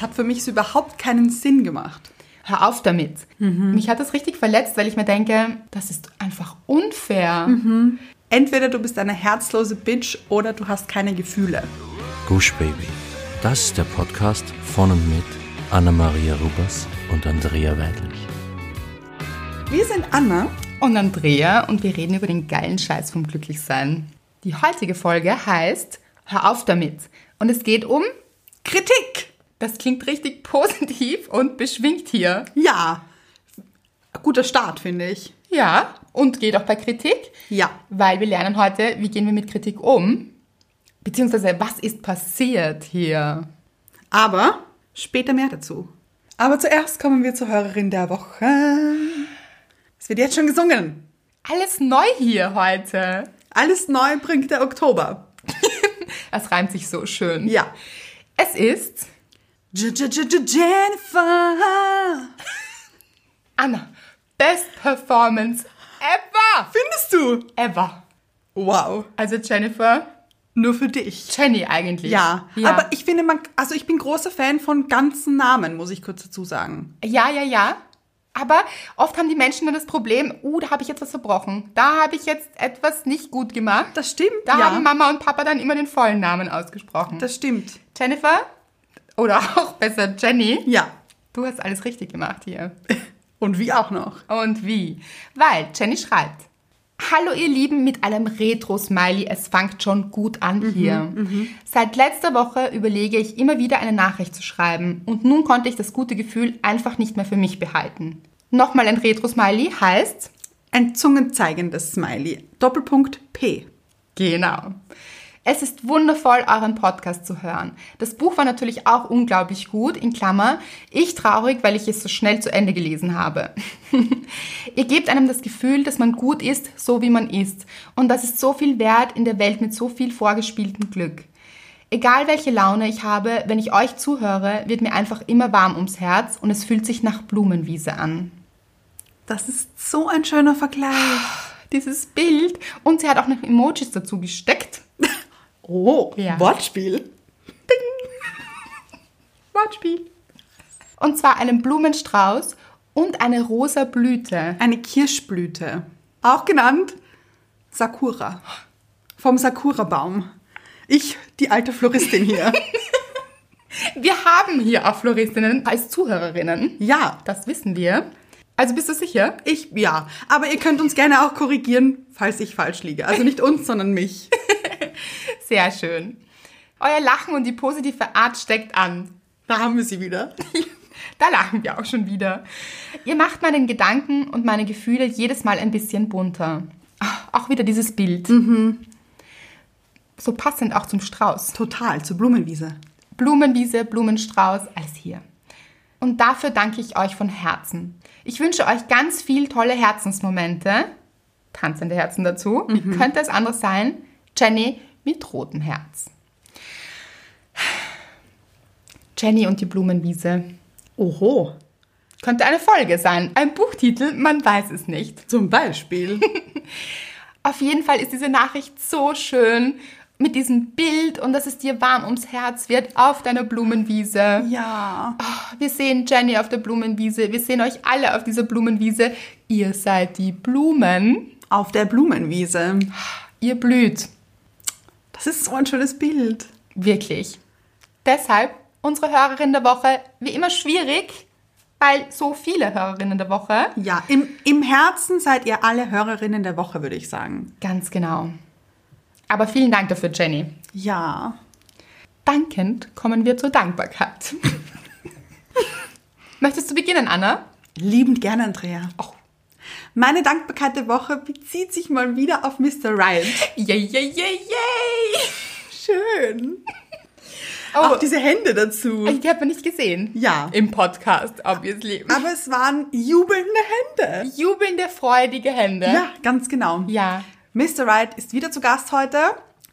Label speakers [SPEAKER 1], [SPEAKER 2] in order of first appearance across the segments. [SPEAKER 1] hat für mich so überhaupt keinen Sinn gemacht.
[SPEAKER 2] Hör auf damit. Mich hat das richtig verletzt, weil ich mir denke, das ist einfach unfair.
[SPEAKER 1] Entweder du bist eine herzlose Bitch oder du hast keine Gefühle.
[SPEAKER 3] Gush Baby. Das ist der Podcast von und mit Anna-Maria Rubers und Andrea Weidlich.
[SPEAKER 1] Wir sind Anna.
[SPEAKER 2] Und Andrea und wir reden über den geilen Scheiß vom Glücklichsein. Die heutige Folge heißt Hör auf damit. Und es geht um,
[SPEAKER 1] Kritik!
[SPEAKER 2] das klingt richtig positiv und beschwingt hier.
[SPEAKER 1] Ja. Guter Start, finde ich.
[SPEAKER 2] Ja, und geht auch bei Kritik.
[SPEAKER 1] Ja.
[SPEAKER 2] Weil wir lernen heute, wie gehen wir mit Kritik um. Beziehungsweise, was ist passiert hier?
[SPEAKER 1] Aber später mehr dazu. Aber zuerst kommen wir zur Hörerin der Woche. Es wird jetzt schon gesungen.
[SPEAKER 2] Alles neu hier heute.
[SPEAKER 1] Alles neu bringt der Oktober.
[SPEAKER 2] Das reimt sich so schön.
[SPEAKER 1] Ja.
[SPEAKER 2] Es ist
[SPEAKER 1] J -j -j -j Jennifer.
[SPEAKER 2] Anna. Best Performance ever.
[SPEAKER 1] Findest du?
[SPEAKER 2] Ever.
[SPEAKER 1] Wow.
[SPEAKER 2] Also Jennifer.
[SPEAKER 1] Nur für dich.
[SPEAKER 2] Jenny eigentlich.
[SPEAKER 1] Ja.
[SPEAKER 2] ja.
[SPEAKER 1] Aber ich finde, man, also ich bin großer Fan von ganzen Namen, muss ich kurz dazu sagen.
[SPEAKER 2] Ja, ja, ja. Aber oft haben die Menschen dann das Problem, uh, da habe ich etwas verbrochen. Da habe ich jetzt etwas nicht gut gemacht.
[SPEAKER 1] Das stimmt.
[SPEAKER 2] Da
[SPEAKER 1] ja.
[SPEAKER 2] haben Mama und Papa dann immer den vollen Namen ausgesprochen.
[SPEAKER 1] Das stimmt.
[SPEAKER 2] Jennifer oder auch besser Jenny,
[SPEAKER 1] Ja.
[SPEAKER 2] du hast alles richtig gemacht hier.
[SPEAKER 1] Und wie auch noch.
[SPEAKER 2] Und wie? Weil Jenny schreibt. Hallo ihr Lieben mit einem Retro-Smiley, es fängt schon gut an hier. Seit letzter Woche überlege ich immer wieder eine Nachricht zu schreiben und nun konnte ich das gute Gefühl einfach nicht mehr für mich behalten. Nochmal ein Retro-Smiley heißt,
[SPEAKER 1] Ein zungenzeigendes Smiley. Doppelpunkt P.
[SPEAKER 2] Genau. Es ist wundervoll, euren Podcast zu hören. Das Buch war natürlich auch unglaublich gut, in Klammer. Ich traurig, weil ich es so schnell zu Ende gelesen habe. Ihr gebt einem das Gefühl, dass man gut ist, so wie man ist. Und das ist so viel wert in der Welt mit so viel vorgespieltem Glück. Egal welche Laune ich habe, wenn ich euch zuhöre, wird mir einfach immer warm ums Herz und es fühlt sich nach Blumenwiese an.
[SPEAKER 1] Das ist so ein schöner Vergleich.
[SPEAKER 2] Dieses Bild. Und sie hat auch noch Emojis dazu gesteckt.
[SPEAKER 1] Oh,
[SPEAKER 2] Ja.
[SPEAKER 1] Wortspiel.
[SPEAKER 2] Wortspiel. Und zwar einen Blumenstrauß und eine rosa Blüte.
[SPEAKER 1] Eine Kirschblüte. Auch genannt Sakura. Vom Sakura-Baum. Ich, die alte Floristin hier.
[SPEAKER 2] Wir haben hier auch Floristinnen als Zuhörerinnen.
[SPEAKER 1] ja,
[SPEAKER 2] Das wissen wir. Also bist du sicher?
[SPEAKER 1] ich, ja. Aber ihr könnt uns gerne auch korrigieren, falls ich falsch liege. Also nicht uns, sondern mich.
[SPEAKER 2] Sehr schön. Euer Lachen und die positive Art steckt an.
[SPEAKER 1] Da haben wir sie wieder.
[SPEAKER 2] Da lachen wir auch schon wieder. Ihr macht meinen Gedanken und meine Gefühle jedes Mal ein bisschen bunter. Ah, Auch wieder dieses Bild.
[SPEAKER 1] Mhm.
[SPEAKER 2] So passend auch zum Strauß.
[SPEAKER 1] Total, zur Blumenwiese.
[SPEAKER 2] Blumenwiese, Blumenstrauß, alles hier. Und dafür danke ich euch von Herzen. Ich wünsche euch ganz viel tolle Herzensmomente. Tanzende Herzen dazu. Wie könnte es anders sein? Jenny mit rotem Herz. Jenny und die Blumenwiese.
[SPEAKER 1] Oho.
[SPEAKER 2] Könnte eine Folge sein. Ein Buchtitel, man weiß es nicht.
[SPEAKER 1] Zum Beispiel.
[SPEAKER 2] Auf jeden Fall ist diese Nachricht so schön mit diesem Bild und dass es dir warm ums Herz wird auf deiner Blumenwiese.
[SPEAKER 1] ja.
[SPEAKER 2] Oh, Wir sehen Jenny auf der Blumenwiese. Wir sehen euch alle auf dieser Blumenwiese. Ihr seid die Blumen.
[SPEAKER 1] Auf der Blumenwiese.
[SPEAKER 2] Ihr blüht.
[SPEAKER 1] Das ist so ein schönes Bild.
[SPEAKER 2] Wirklich. Deshalb unsere Hörerin der Woche, wie immer schwierig, weil so viele Hörerinnen der Woche.
[SPEAKER 1] Ja, im, im Herzen seid ihr alle Hörerinnen der Woche, würde ich sagen.
[SPEAKER 2] Ganz genau. Aber vielen Dank dafür, Jenny.
[SPEAKER 1] Ja.
[SPEAKER 2] Dankend kommen wir zur Dankbarkeit. Möchtest du beginnen, Anna?
[SPEAKER 1] Liebend gerne, Andrea.
[SPEAKER 2] Oh.
[SPEAKER 1] Meine Dankbarkeit der Woche bezieht sich mal wieder auf Mr. Right.
[SPEAKER 2] Yay, yay, yay, yay!
[SPEAKER 1] Schön.
[SPEAKER 2] Oh,
[SPEAKER 1] Auch diese Hände dazu.
[SPEAKER 2] die hat man nicht gesehen.
[SPEAKER 1] Ja.
[SPEAKER 2] Im Podcast, obviously.
[SPEAKER 1] Aber es waren jubelnde Hände.
[SPEAKER 2] Jubelnde, freudige Hände.
[SPEAKER 1] Ja, ganz genau.
[SPEAKER 2] Ja.
[SPEAKER 1] Mr. Right ist wieder zu Gast heute.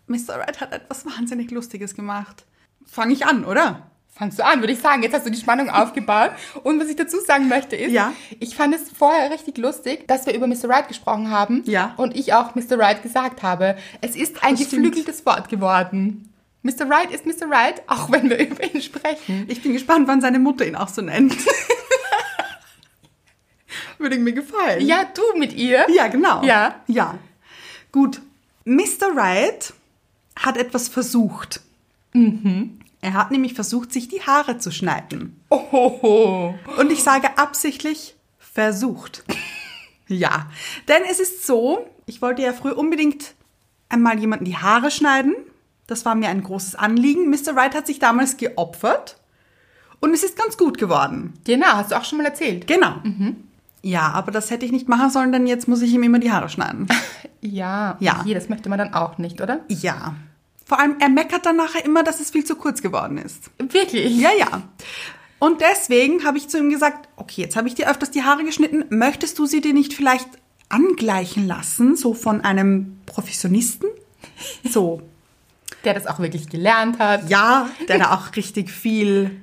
[SPEAKER 1] Mr. Right hat etwas wahnsinnig Lustiges gemacht. Fange ich an, oder?
[SPEAKER 2] Fangst du an, würde ich sagen. Jetzt hast du die Spannung aufgebaut. Und was ich dazu sagen möchte ist,
[SPEAKER 1] Ja.
[SPEAKER 2] ich fand es vorher richtig lustig, dass wir über Mr. Right gesprochen haben.
[SPEAKER 1] Ja.
[SPEAKER 2] Und ich auch Mr. Right gesagt habe. Es ist ein
[SPEAKER 1] Das stimmt.
[SPEAKER 2] geflügeltes Wort geworden. Mr. Right ist Mr. Right, auch wenn wir über ihn sprechen.
[SPEAKER 1] Ich bin gespannt, wann seine Mutter ihn auch so nennt. Würde mir gefallen.
[SPEAKER 2] Ja, du mit ihr.
[SPEAKER 1] Mhm. Ja, genau.
[SPEAKER 2] Ja.
[SPEAKER 1] Ja. Gut. Mr. Right hat etwas versucht.
[SPEAKER 2] Mhm.
[SPEAKER 1] Er hat nämlich versucht, sich die Haare zu schneiden.
[SPEAKER 2] Ohoho.
[SPEAKER 1] Und ich sage absichtlich versucht. ja. Denn es ist so, ich wollte ja früher unbedingt einmal jemanden die Haare schneiden. Das war mir ein großes Anliegen. Mr. Right hat sich damals geopfert und es ist ganz gut geworden.
[SPEAKER 2] Genau, hast du auch schon mal erzählt.
[SPEAKER 1] Genau. Ja, aber das hätte ich nicht machen sollen, denn jetzt muss ich ihm immer die Haare schneiden.
[SPEAKER 2] Ja.
[SPEAKER 1] Ja.
[SPEAKER 2] Je, das möchte man dann auch nicht, oder?
[SPEAKER 1] ja. Vor allem, er meckert dann nachher immer, dass es viel zu kurz geworden ist.
[SPEAKER 2] Wirklich?
[SPEAKER 1] Ja, ja. Und deswegen habe ich zu ihm gesagt, okay, jetzt habe ich dir öfters die Haare geschnitten. Möchtest du sie dir nicht vielleicht angleichen lassen, so von einem Professionisten? So,
[SPEAKER 2] Der das auch wirklich gelernt hat,
[SPEAKER 1] ja, der da auch richtig viel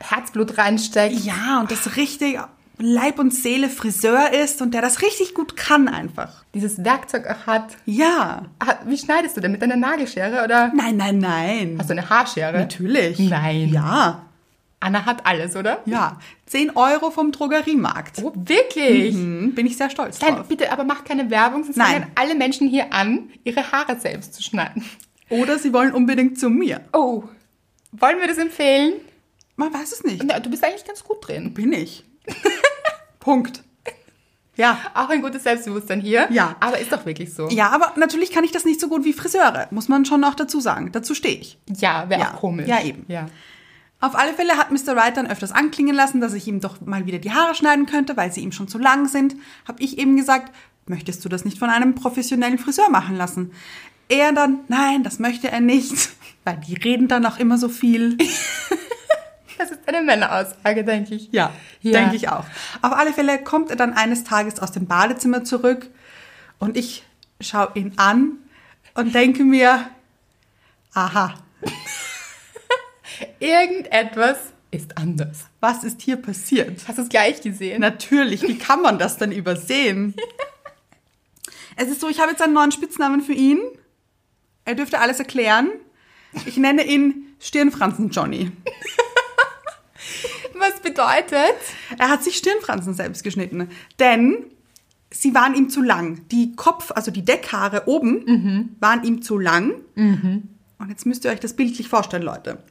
[SPEAKER 2] Herzblut reinsteckt.
[SPEAKER 1] Ja, und das richtig Leib und Seele Friseur ist und der das richtig gut kann einfach.
[SPEAKER 2] Dieses Werkzeug auch hat.
[SPEAKER 1] Ja.
[SPEAKER 2] Ah, Wie schneidest du denn? Mit deiner Nagelschere oder
[SPEAKER 1] Nein, nein, nein.
[SPEAKER 2] hast du eine Haarschere?
[SPEAKER 1] Natürlich.
[SPEAKER 2] Nein.
[SPEAKER 1] Ja.
[SPEAKER 2] Anna hat alles, oder?
[SPEAKER 1] Ja. 10 Euro vom Drogeriemarkt.
[SPEAKER 2] Oh, wirklich?
[SPEAKER 1] Hm, bin ich sehr stolz
[SPEAKER 2] Nein,
[SPEAKER 1] drauf.
[SPEAKER 2] bitte, aber mach keine Werbung, sonst
[SPEAKER 1] Nein.
[SPEAKER 2] fangen alle Menschen hier an, ihre Haare selbst zu schneiden.
[SPEAKER 1] Oder sie wollen unbedingt zu mir.
[SPEAKER 2] Oh, wollen wir das empfehlen?
[SPEAKER 1] Man weiß es nicht.
[SPEAKER 2] Na, du bist eigentlich ganz gut drin.
[SPEAKER 1] Bin ich. Punkt. Ja.
[SPEAKER 2] Auch ein gutes Selbstbewusstsein hier.
[SPEAKER 1] Ja.
[SPEAKER 2] Aber ist doch wirklich so.
[SPEAKER 1] Ja, aber natürlich kann ich das nicht so gut wie Friseure. Muss man schon auch dazu sagen. Dazu stehe ich.
[SPEAKER 2] Ja, wäre
[SPEAKER 1] Ja.
[SPEAKER 2] auch komisch.
[SPEAKER 1] Ja, eben.
[SPEAKER 2] Ja.
[SPEAKER 1] Auf alle Fälle hat Mr. Wright dann öfters anklingen lassen, dass ich ihm doch mal wieder die Haare schneiden könnte, weil sie ihm schon zu lang sind. Hab ich eben gesagt, möchtest du das nicht von einem professionellen Friseur machen lassen? Er dann, nein, das möchte er nicht, weil die reden dann auch immer so viel.
[SPEAKER 2] Das ist eine Männeraussage, denke ich. Ja.
[SPEAKER 1] denke ich auch. Auf alle Fälle kommt er dann eines Tages aus dem Badezimmer zurück und ich schaue ihn an und denke mir, aha,
[SPEAKER 2] Irgendetwas ist anders.
[SPEAKER 1] was ist hier passiert?
[SPEAKER 2] Hast du es gleich gesehen?
[SPEAKER 1] Natürlich, wie kann man das denn übersehen? Es ist so, ich habe jetzt einen neuen Spitznamen für ihn. Er dürfte alles erklären. Ich nenne ihn Stirnfranzen-Johnny.
[SPEAKER 2] Was bedeutet?
[SPEAKER 1] Er hat sich Stirnfransen selbst geschnitten, denn sie waren ihm zu lang. Die Kopf, also die Deckhaare oben, waren ihm zu lang. Und jetzt müsst ihr euch das bildlich vorstellen, Leute.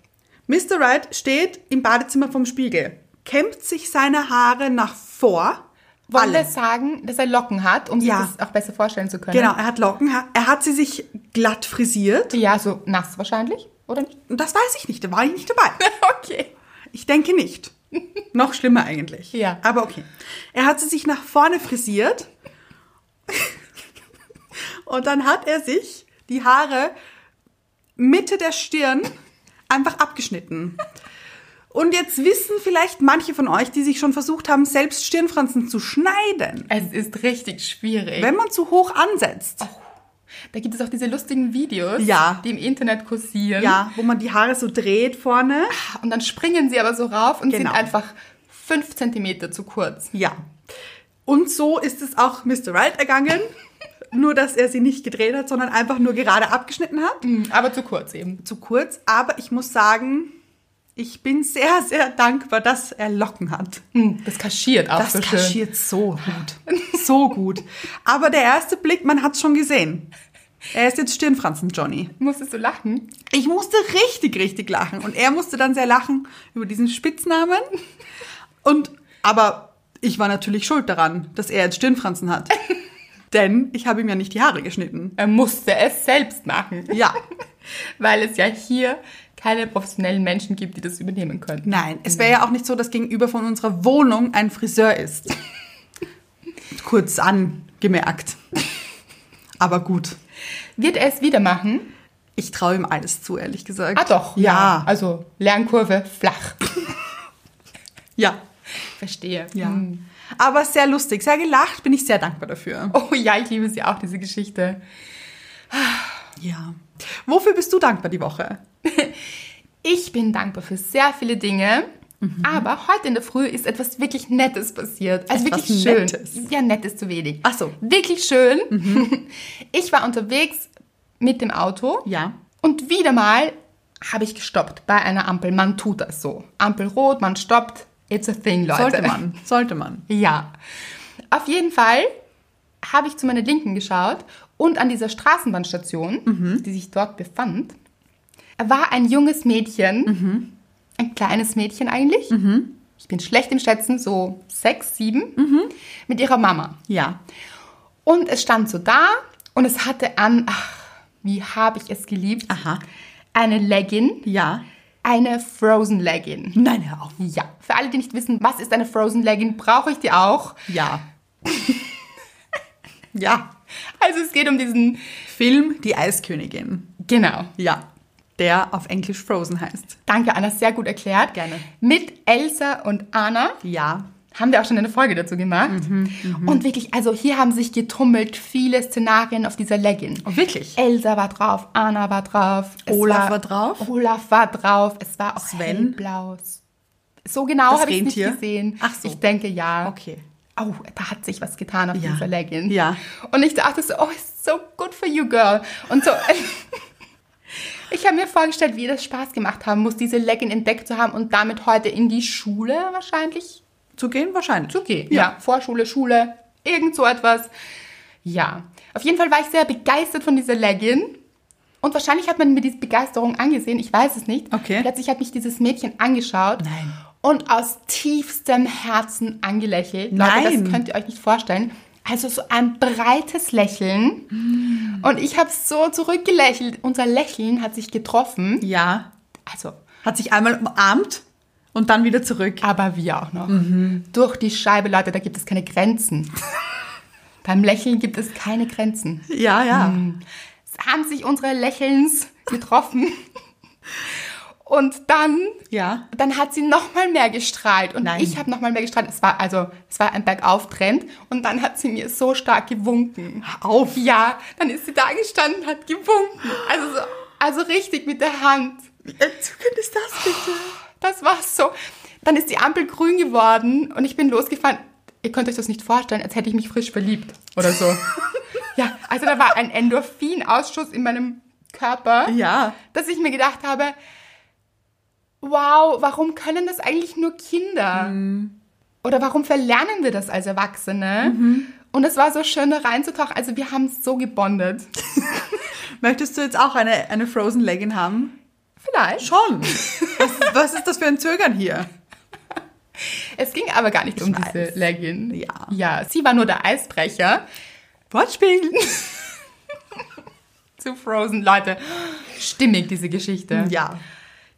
[SPEAKER 1] Mr. Wright steht im Badezimmer vom Spiegel, kämmt sich seine Haare nach vor.
[SPEAKER 2] Wollen
[SPEAKER 1] alle.
[SPEAKER 2] wir sagen, dass er Locken hat, um sich
[SPEAKER 1] Ja.
[SPEAKER 2] das auch besser vorstellen zu können?
[SPEAKER 1] Genau, er hat Locken. ha- Er hat sie sich glatt frisiert.
[SPEAKER 2] Ja, so nass wahrscheinlich, oder nicht?
[SPEAKER 1] Und das weiß ich nicht, da war ich nicht dabei.
[SPEAKER 2] Okay.
[SPEAKER 1] Ich denke nicht. Noch schlimmer eigentlich.
[SPEAKER 2] Ja.
[SPEAKER 1] Aber okay. Er hat sie sich nach vorne frisiert. Und dann hat er sich die Haare Mitte der Stirn einfach abgeschnitten. Und jetzt wissen vielleicht manche von euch, die sich schon versucht haben, selbst Stirnfransen zu schneiden,
[SPEAKER 2] Es ist richtig schwierig.
[SPEAKER 1] wenn man zu hoch ansetzt.
[SPEAKER 2] Da gibt es auch diese lustigen Videos,
[SPEAKER 1] Ja.
[SPEAKER 2] die im Internet kursieren.
[SPEAKER 1] Ja, wo man die Haare so dreht vorne.
[SPEAKER 2] Und dann springen sie aber so rauf und
[SPEAKER 1] Genau.
[SPEAKER 2] sind einfach fünf Zentimeter zu kurz.
[SPEAKER 1] Ja. Und so ist es auch Mr. Right ergangen. nur, dass er sie nicht gedreht hat, sondern einfach nur gerade abgeschnitten hat. Hm,
[SPEAKER 2] Mhm, Aber zu kurz eben.
[SPEAKER 1] Zu kurz. Aber ich muss sagen, ich bin sehr, sehr dankbar, dass er Locken hat.
[SPEAKER 2] Mhm, Das kaschiert auch
[SPEAKER 1] Das
[SPEAKER 2] so schön.
[SPEAKER 1] kaschiert so gut. So gut. Aber der erste Blick, man hat es schon gesehen. Er ist jetzt Stirnfranzen-Johnny.
[SPEAKER 2] Musstest du lachen?
[SPEAKER 1] Ich musste richtig, richtig lachen. Und er musste dann sehr lachen über diesen Spitznamen. Und, aber ich war natürlich schuld daran, dass er jetzt Stirnfransen hat. Denn ich habe ihm ja nicht die Haare geschnitten.
[SPEAKER 2] Er musste es selbst machen.
[SPEAKER 1] Ja.
[SPEAKER 2] Weil es ja hier keine professionellen Menschen gibt, die das übernehmen könnten.
[SPEAKER 1] Nein, es wäre ja auch nicht so, dass gegenüber von unserer Wohnung ein Friseur ist. Kurz angemerkt. Aber gut.
[SPEAKER 2] Wird er es wieder machen?
[SPEAKER 1] Ich traue ihm alles zu, ehrlich gesagt.
[SPEAKER 2] Ah doch,
[SPEAKER 1] Ja.
[SPEAKER 2] Also Lernkurve flach.
[SPEAKER 1] Ja.
[SPEAKER 2] Verstehe.
[SPEAKER 1] Ja.
[SPEAKER 2] Mhm.
[SPEAKER 1] Aber sehr lustig, sehr gelacht, bin ich sehr dankbar dafür.
[SPEAKER 2] Oh ja, ich liebe sie auch, diese Geschichte.
[SPEAKER 1] Ja. Wofür bist du dankbar die Woche?
[SPEAKER 2] Ich bin dankbar für sehr viele Dinge.
[SPEAKER 1] Mhm.
[SPEAKER 2] Aber heute in der Früh ist etwas wirklich Nettes passiert. Also
[SPEAKER 1] Etwas
[SPEAKER 2] wirklich schön.
[SPEAKER 1] Nettes?
[SPEAKER 2] Ja, nett ist zu wenig.
[SPEAKER 1] Ach so. Mhm.
[SPEAKER 2] Wirklich schön. Ich war unterwegs mit dem Auto.
[SPEAKER 1] Ja.
[SPEAKER 2] Und wieder mal habe ich gestoppt bei einer Ampel. Man tut das so. Ampel rot, man stoppt. It's a thing, Leute.
[SPEAKER 1] Sollte man, sollte man.
[SPEAKER 2] Ja. Auf jeden Fall habe ich zu meiner Linken geschaut und an dieser Straßenbahnstation, die sich dort befand, war ein junges Mädchen, ein kleines Mädchen eigentlich. Ich bin schlecht im Schätzen, so sechs, sieben, mit ihrer Mama.
[SPEAKER 1] Ja.
[SPEAKER 2] Und es stand so da und es hatte an, ach, wie habe ich es geliebt,
[SPEAKER 1] Aha.
[SPEAKER 2] eine Legging,
[SPEAKER 1] Ja.
[SPEAKER 2] eine Frozen Legging.
[SPEAKER 1] Nein, hör auf.
[SPEAKER 2] Ja, für alle, die nicht wissen, was ist eine Frozen Legging, brauche ich die auch.
[SPEAKER 1] Ja. ja.
[SPEAKER 2] Also es geht um diesen,
[SPEAKER 1] Film Die Eiskönigin.
[SPEAKER 2] genau,
[SPEAKER 1] Ja. Der auf Englisch Frozen heißt.
[SPEAKER 2] danke Anna, sehr gut erklärt.
[SPEAKER 1] Gerne.
[SPEAKER 2] Mit Elsa und Anna
[SPEAKER 1] Ja.
[SPEAKER 2] haben wir auch schon eine Folge dazu gemacht.
[SPEAKER 1] Mhm,
[SPEAKER 2] Und wirklich, also hier haben sich getummelt viele Szenarien auf dieser Legging.
[SPEAKER 1] Oh, wirklich?
[SPEAKER 2] Elsa war drauf, Anna war drauf, es
[SPEAKER 1] Olaf war drauf?
[SPEAKER 2] Olaf war drauf, es war auch
[SPEAKER 1] Sven?
[SPEAKER 2] hellblau. So genau
[SPEAKER 1] Das
[SPEAKER 2] habe ich es nicht
[SPEAKER 1] Rentier?
[SPEAKER 2] gesehen.
[SPEAKER 1] Ach so.
[SPEAKER 2] Ich denke ja.
[SPEAKER 1] Okay.
[SPEAKER 2] Oh, da hat sich was getan auf
[SPEAKER 1] Ja.
[SPEAKER 2] dieser Legging.
[SPEAKER 1] Ja.
[SPEAKER 2] Und ich dachte so, oh, it's so good for you, girl. Und so. Ich habe mir vorgestellt, wie das Spaß gemacht haben muss, diese Legging entdeckt zu haben und damit heute in die Schule wahrscheinlich
[SPEAKER 1] Zu gehen wahrscheinlich.
[SPEAKER 2] zu gehen.
[SPEAKER 1] Ja.
[SPEAKER 2] Ja. Vorschule, Schule, irgend so etwas. Ja, auf jeden Fall war ich sehr begeistert von dieser Legging. Und wahrscheinlich hat man mir diese Begeisterung angesehen, ich weiß es nicht.
[SPEAKER 1] Okay.
[SPEAKER 2] Plötzlich hat mich dieses Mädchen angeschaut.
[SPEAKER 1] Nein.
[SPEAKER 2] Und aus tiefstem Herzen angelächelt. Leute,
[SPEAKER 1] Nein.
[SPEAKER 2] das könnt ihr euch nicht vorstellen. Also so ein breites Lächeln.
[SPEAKER 1] Mm.
[SPEAKER 2] Und ich habe so zurückgelächelt. Unser Lächeln hat sich getroffen.
[SPEAKER 1] Ja.
[SPEAKER 2] Also,
[SPEAKER 1] Hat sich einmal umarmt und dann wieder zurück.
[SPEAKER 2] aber wir auch noch.
[SPEAKER 1] Mhm.
[SPEAKER 2] Durch die Scheibe, Leute, da gibt es keine Grenzen. Beim Lächeln gibt es keine Grenzen.
[SPEAKER 1] Ja, ja.
[SPEAKER 2] Es haben sich unsere Lächelns getroffen. Und dann,
[SPEAKER 1] Ja.
[SPEAKER 2] dann hat sie noch mal mehr gestrahlt und
[SPEAKER 1] Nein.
[SPEAKER 2] ich habe noch mal mehr gestrahlt. Es war also, es war ein Bergauftrend und dann hat sie mir so stark gewunken.
[SPEAKER 1] Auf.
[SPEAKER 2] Ja, dann ist sie da gestanden, und hat gewunken. Also, so, also richtig mit der Hand.
[SPEAKER 1] Wie entzückend Äh, ist das bitte?
[SPEAKER 2] Das war so. Dann ist die Ampel grün geworden und ich bin losgefahren. Ihr könnt euch das nicht vorstellen, als hätte ich mich frisch verliebt oder so. ja, also da war ein Endorphinausschuss in meinem Körper,
[SPEAKER 1] Ja.
[SPEAKER 2] dass ich mir gedacht habe, wow, warum können das eigentlich nur Kinder? Oder warum verlernen wir das als Erwachsene? Und es war so schön, da reinzutauchen. Also wir haben so gebondet.
[SPEAKER 1] Möchtest du jetzt auch eine, eine Frozen Legging haben?
[SPEAKER 2] Vielleicht.
[SPEAKER 1] Schon. Was, was ist das für ein Zögern hier?
[SPEAKER 2] Es ging aber gar nicht um
[SPEAKER 1] weiß.
[SPEAKER 2] diese Legging.
[SPEAKER 1] Ja.
[SPEAKER 2] Ja, sie war nur der Eisbrecher.
[SPEAKER 1] Wortspiel.
[SPEAKER 2] zu Frozen, Leute. Stimmig, diese Geschichte.
[SPEAKER 1] Ja.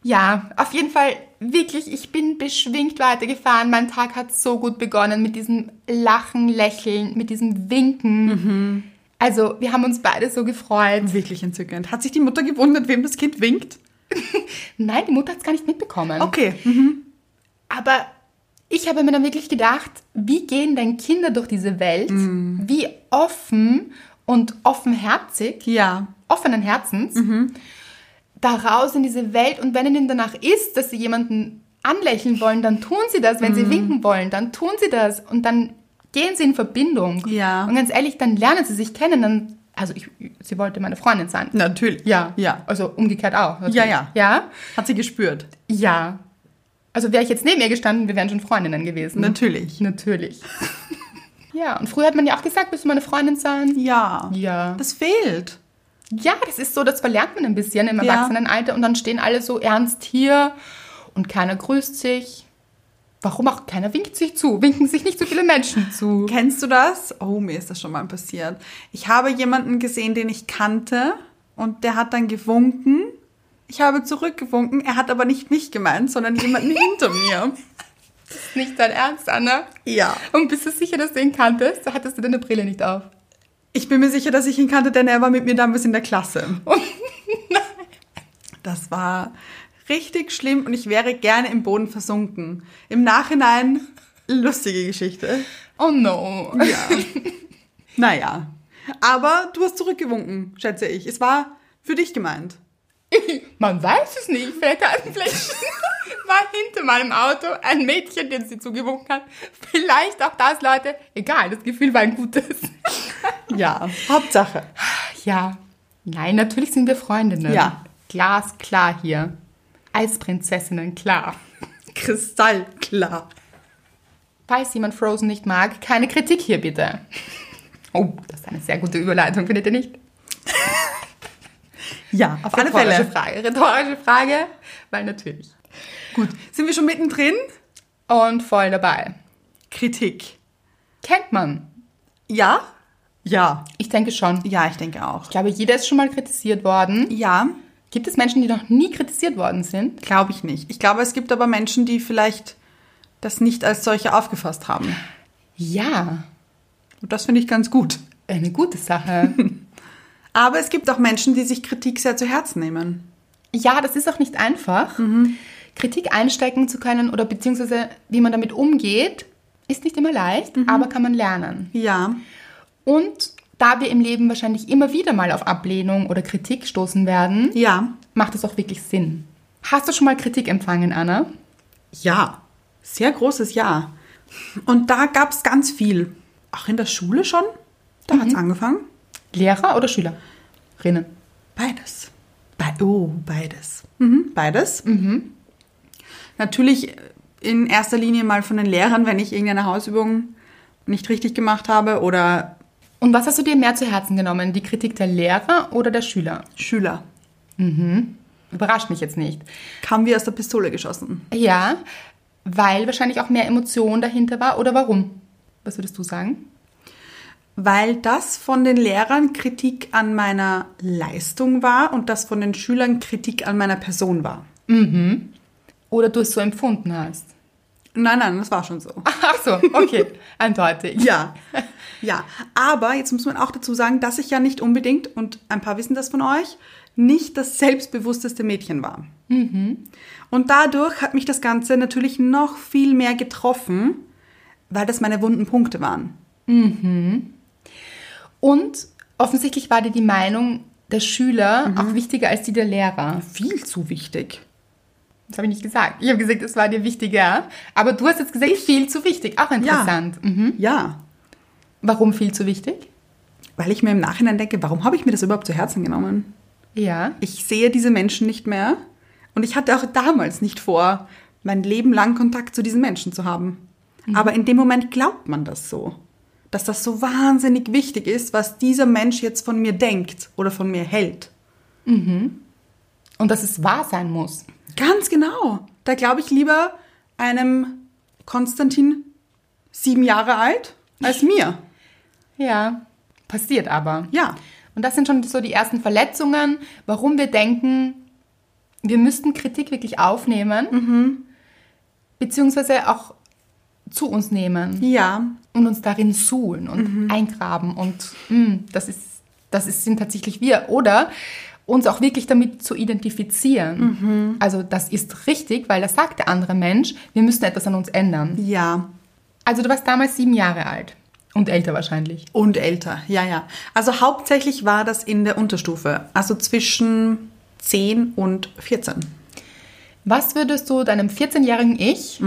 [SPEAKER 2] Ja, auf jeden Fall wirklich, ich bin beschwingt weitergefahren. Mein Tag hat so gut begonnen mit diesem Lachen, Lächeln, mit diesem Winken.
[SPEAKER 1] Mhm.
[SPEAKER 2] Also, wir haben uns beide so gefreut.
[SPEAKER 1] Wirklich entzückend. Hat sich die Mutter gewundert, wem das Kind winkt?
[SPEAKER 2] Nein, die Mutter hat es gar nicht mitbekommen.
[SPEAKER 1] Okay. Mhm.
[SPEAKER 2] Aber ich habe mir dann wirklich gedacht, wie gehen denn Kinder durch diese Welt?
[SPEAKER 1] Mhm.
[SPEAKER 2] Wie offen und offenherzig
[SPEAKER 1] Ja.
[SPEAKER 2] offenen Herzens
[SPEAKER 1] Mhm.
[SPEAKER 2] da raus in diese Welt und wenn ihnen danach ist, dass sie jemanden anlächeln wollen, dann tun sie das. Wenn
[SPEAKER 1] Mhm.
[SPEAKER 2] sie winken wollen, dann tun sie das und dann gehen sie in Verbindung.
[SPEAKER 1] Ja.
[SPEAKER 2] Und ganz ehrlich, dann lernen sie sich kennen. Dann, also ich, sie wollte meine Freundin sein.
[SPEAKER 1] Natürlich.
[SPEAKER 2] Ja.
[SPEAKER 1] Ja.
[SPEAKER 2] Also umgekehrt auch. natürlich.
[SPEAKER 1] Ja, ja.
[SPEAKER 2] Ja.
[SPEAKER 1] Hat sie gespürt.
[SPEAKER 2] Ja. Also wäre ich jetzt neben ihr gestanden, wir wären schon Freundinnen
[SPEAKER 1] Mhm.
[SPEAKER 2] gewesen.
[SPEAKER 1] Natürlich.
[SPEAKER 2] Natürlich. ja. Und früher hat man ja auch gesagt, willst du meine Freundin sein?
[SPEAKER 1] Ja.
[SPEAKER 2] Ja.
[SPEAKER 1] Das fehlt.
[SPEAKER 2] Ja, das ist so, das verlernt man ein bisschen im
[SPEAKER 1] Ja.
[SPEAKER 2] Erwachsenenalter und dann stehen alle so ernst hier und keiner grüßt sich. Warum auch keiner winkt sich zu? Winken sich nicht so viele Menschen zu.
[SPEAKER 1] Kennst du das? Oh, mir ist das schon mal passiert. Ich habe jemanden gesehen, den ich kannte und der hat dann gewunken. Ich habe zurückgewunken. Er hat aber nicht mich gemeint, sondern jemanden hinter mir.
[SPEAKER 2] Ist nicht dein Ernst, Anna?
[SPEAKER 1] Ja.
[SPEAKER 2] Und bist du sicher, dass du ihn kanntest? Da hattest du deine Brille nicht auf.
[SPEAKER 1] Ich bin mir sicher, dass ich ihn kannte, denn er war mit mir damals in der Klasse.
[SPEAKER 2] Oh
[SPEAKER 1] das war richtig schlimm und ich wäre gerne im Boden versunken. Im Nachhinein lustige Geschichte.
[SPEAKER 2] Oh no.
[SPEAKER 1] Ja. naja. Aber du hast zurückgewunken, schätze ich. Es war für dich gemeint.
[SPEAKER 2] Man weiß es nicht. Vielleicht, hat, vielleicht war hinter meinem Auto ein Mädchen, dem sie zugewunken hat. Vielleicht auch das, Leute. Egal, das Gefühl war ein gutes.
[SPEAKER 1] Ja. Hauptsache.
[SPEAKER 2] Ja. Nein, natürlich sind wir Freundinnen.
[SPEAKER 1] Ja.
[SPEAKER 2] glasklar hier. Eisprinzessinnen klar.
[SPEAKER 1] Kristallklar.
[SPEAKER 2] Falls jemand Frozen nicht mag, keine Kritik hier bitte. Oh, das ist eine sehr gute Überleitung, findet ihr nicht?
[SPEAKER 1] Ja, auf alle
[SPEAKER 2] Rhetorische
[SPEAKER 1] Fälle.
[SPEAKER 2] Frage, rhetorische Frage, weil natürlich.
[SPEAKER 1] Gut, sind wir schon mittendrin?
[SPEAKER 2] Und voll dabei.
[SPEAKER 1] Kritik.
[SPEAKER 2] Kennt man.
[SPEAKER 1] Ja? Ja.
[SPEAKER 2] Ich denke schon. Ich
[SPEAKER 1] Ja, ich denke auch.
[SPEAKER 2] glaube, jeder ist schon mal kritisiert worden.
[SPEAKER 1] Ja,
[SPEAKER 2] Gibt es Menschen, die noch nie kritisiert worden sind?
[SPEAKER 1] glaube ich nicht. Ich glaube, es gibt aber Menschen, die vielleicht das nicht als solche aufgefasst haben.
[SPEAKER 2] Ja,
[SPEAKER 1] Und das finde ich ganz gut.
[SPEAKER 2] eine gute Sache.
[SPEAKER 1] Aber es gibt auch Menschen, die sich Kritik sehr zu Herzen nehmen.
[SPEAKER 2] ja, das ist auch nicht einfach. Kritik einstecken zu können oder beziehungsweise wie man damit umgeht, ist nicht immer leicht, aber kann man lernen.
[SPEAKER 1] Ja.
[SPEAKER 2] Und da wir im Leben wahrscheinlich immer wieder mal auf Ablehnung oder Kritik stoßen werden,
[SPEAKER 1] Ja.
[SPEAKER 2] macht es auch wirklich Sinn. Hast du schon mal Kritik empfangen, Anna?
[SPEAKER 1] Ja. Sehr großes Ja. Und da gab es ganz viel. Auch in der Schule schon? Da hat's hat es angefangen.
[SPEAKER 2] Lehrer oder Schülerinnen?
[SPEAKER 1] Beides. Be oh, beides. Mhm, beides. Natürlich in erster Linie mal von den Lehrern, wenn ich irgendeine Hausübung nicht richtig gemacht habe oder
[SPEAKER 2] Und was hast du dir mehr zu Herzen genommen? Die Kritik der Lehrer oder der Schüler?
[SPEAKER 1] Schüler.
[SPEAKER 2] Überrascht mich jetzt nicht.
[SPEAKER 1] Kamen wir aus der Pistole geschossen.
[SPEAKER 2] Ja, weil wahrscheinlich auch mehr Emotion dahinter war oder warum? Was würdest du sagen?
[SPEAKER 1] Weil das von den Lehrern Kritik an meiner Leistung war und das von den Schülern Kritik an meiner Person war.
[SPEAKER 2] Oder du es so empfunden hast?
[SPEAKER 1] Nein, nein, das war schon so.
[SPEAKER 2] Ach so, okay, eindeutig.
[SPEAKER 1] Ja, ja. Aber jetzt muss man auch dazu sagen, dass ich ja nicht unbedingt, und ein paar wissen das von euch, nicht das selbstbewussteste Mädchen war. Mhm. Und dadurch hat mich das Ganze natürlich noch viel mehr getroffen, weil das meine wunden Punkte waren.
[SPEAKER 2] Und offensichtlich war dir die Meinung der Schüler auch wichtiger als die der Lehrer.
[SPEAKER 1] Viel zu wichtig.
[SPEAKER 2] Das habe ich nicht gesagt. Ich habe gesagt, es war dir wichtiger. Aber du hast jetzt gesagt, viel zu wichtig. Auch interessant. Mhm.
[SPEAKER 1] Ja,
[SPEAKER 2] Warum viel zu wichtig?
[SPEAKER 1] weil ich mir im Nachhinein denke, warum habe ich mir das überhaupt zu Herzen genommen?
[SPEAKER 2] Ja.
[SPEAKER 1] Ich sehe diese Menschen nicht mehr und ich hatte auch damals nicht vor, mein Leben lang Kontakt zu diesen Menschen zu haben. Aber in dem Moment glaubt man das so, dass das so wahnsinnig wichtig ist, was dieser Mensch jetzt von mir denkt oder von mir hält.
[SPEAKER 2] Und dass es wahr sein muss.
[SPEAKER 1] Ganz genau. Da glaube ich lieber einem Konstantin sieben Jahre alt als mir.
[SPEAKER 2] Ja. Passiert aber.
[SPEAKER 1] Ja.
[SPEAKER 2] Und das sind schon so die ersten Verletzungen, warum wir denken, wir müssten Kritik wirklich aufnehmen, beziehungsweise auch zu uns nehmen
[SPEAKER 1] Ja.
[SPEAKER 2] und uns darin suhlen und eingraben und mh, das ist, das ist, sind tatsächlich wir. Oder uns auch wirklich damit zu identifizieren. Also das ist richtig, weil das sagt der andere Mensch, wir müssen etwas an uns ändern.
[SPEAKER 1] Ja.
[SPEAKER 2] Also du warst damals sieben Jahre alt und älter wahrscheinlich.
[SPEAKER 1] Und älter, ja, ja. Also hauptsächlich war das in der Unterstufe, also zwischen 10 und 14.
[SPEAKER 2] Was würdest du deinem 14-jährigen Ich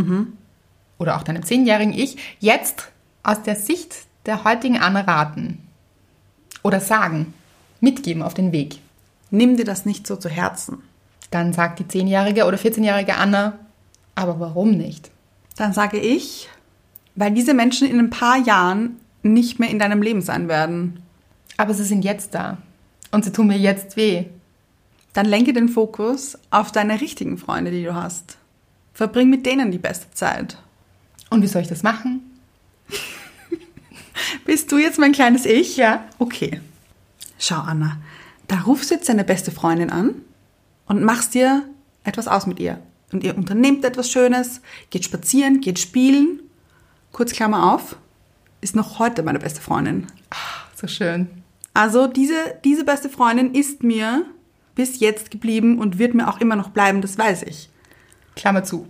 [SPEAKER 2] oder auch deinem 10-jährigen Ich jetzt aus der Sicht der heutigen Anne raten? Oder sagen, mitgeben auf den Weg?
[SPEAKER 1] Nimm dir das nicht so zu Herzen.
[SPEAKER 2] Dann sagt die 10-jährige oder 14-jährige Anna, aber warum nicht?
[SPEAKER 1] Dann sage ich, weil diese Menschen in ein paar Jahren nicht mehr in deinem Leben sein werden.
[SPEAKER 2] Aber sie sind jetzt da und sie tun mir jetzt weh.
[SPEAKER 1] Dann lenke den Fokus auf deine richtigen Freunde, die du hast. Verbring mit denen die beste Zeit.
[SPEAKER 2] Und wie soll ich das machen?
[SPEAKER 1] Bist du jetzt mein kleines Ich?
[SPEAKER 2] Ja.
[SPEAKER 1] Okay. Schau, Anna, da rufst du jetzt deine beste Freundin an und machst dir etwas aus mit ihr. Und ihr unternehmt etwas Schönes, geht spazieren, geht spielen. Kurz Klammer auf, ist noch heute meine beste Freundin.
[SPEAKER 2] So schön.
[SPEAKER 1] Also diese, diese beste Freundin ist mir bis jetzt geblieben und wird mir auch immer noch bleiben, das weiß ich.
[SPEAKER 2] Klammer zu.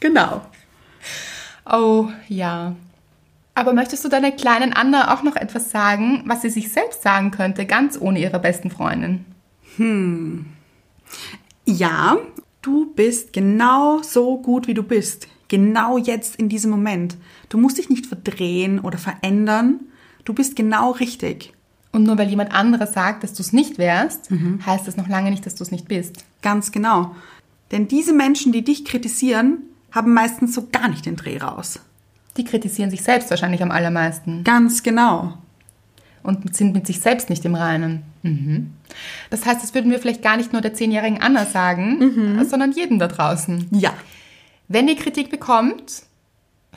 [SPEAKER 1] Genau.
[SPEAKER 2] Oh ja. Aber möchtest du deiner kleinen Anna auch noch etwas sagen, was sie sich selbst sagen könnte, ganz ohne ihre besten Freundin?
[SPEAKER 1] Ja, du bist genau so gut, wie du bist. Genau jetzt in diesem Moment. Du musst dich nicht verdrehen oder verändern. Du bist genau richtig.
[SPEAKER 2] Und nur weil jemand anderes sagt, dass du es nicht wärst, heißt das noch lange nicht, dass du es nicht bist.
[SPEAKER 1] Ganz genau. Denn diese Menschen, die dich kritisieren, haben meistens so gar nicht den Dreh raus.
[SPEAKER 2] Die kritisieren sich selbst wahrscheinlich am allermeisten
[SPEAKER 1] Ganz genau.
[SPEAKER 2] und sind mit sich selbst nicht im Reinen. Mhm. Das heißt, das würden wir vielleicht gar nicht nur der zehnjährigen Anna sagen, sondern jedem da draußen.
[SPEAKER 1] Ja.
[SPEAKER 2] Wenn ihr Kritik bekommt,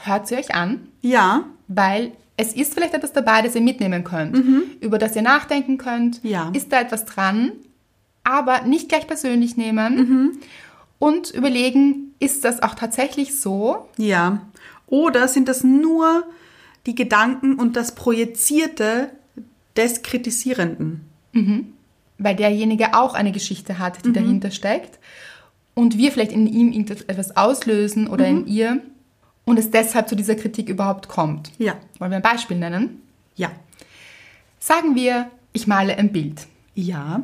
[SPEAKER 2] hört sie euch an,
[SPEAKER 1] Ja.
[SPEAKER 2] weil es ist vielleicht etwas dabei, das ihr mitnehmen könnt, über das ihr nachdenken könnt.
[SPEAKER 1] Ja.
[SPEAKER 2] Ist da etwas dran? Aber nicht gleich persönlich nehmen und überlegen, ist das auch tatsächlich so?
[SPEAKER 1] Ja. Oder sind das nur die Gedanken und das Projizierte des Kritisierenden?
[SPEAKER 2] Weil derjenige auch eine Geschichte hat, die dahinter steckt und wir vielleicht in ihm etwas auslösen oder in ihr und es deshalb zu dieser Kritik überhaupt kommt.
[SPEAKER 1] Ja.
[SPEAKER 2] Wollen wir ein Beispiel nennen?
[SPEAKER 1] Ja.
[SPEAKER 2] Sagen wir, ich male ein Bild.
[SPEAKER 1] Ja.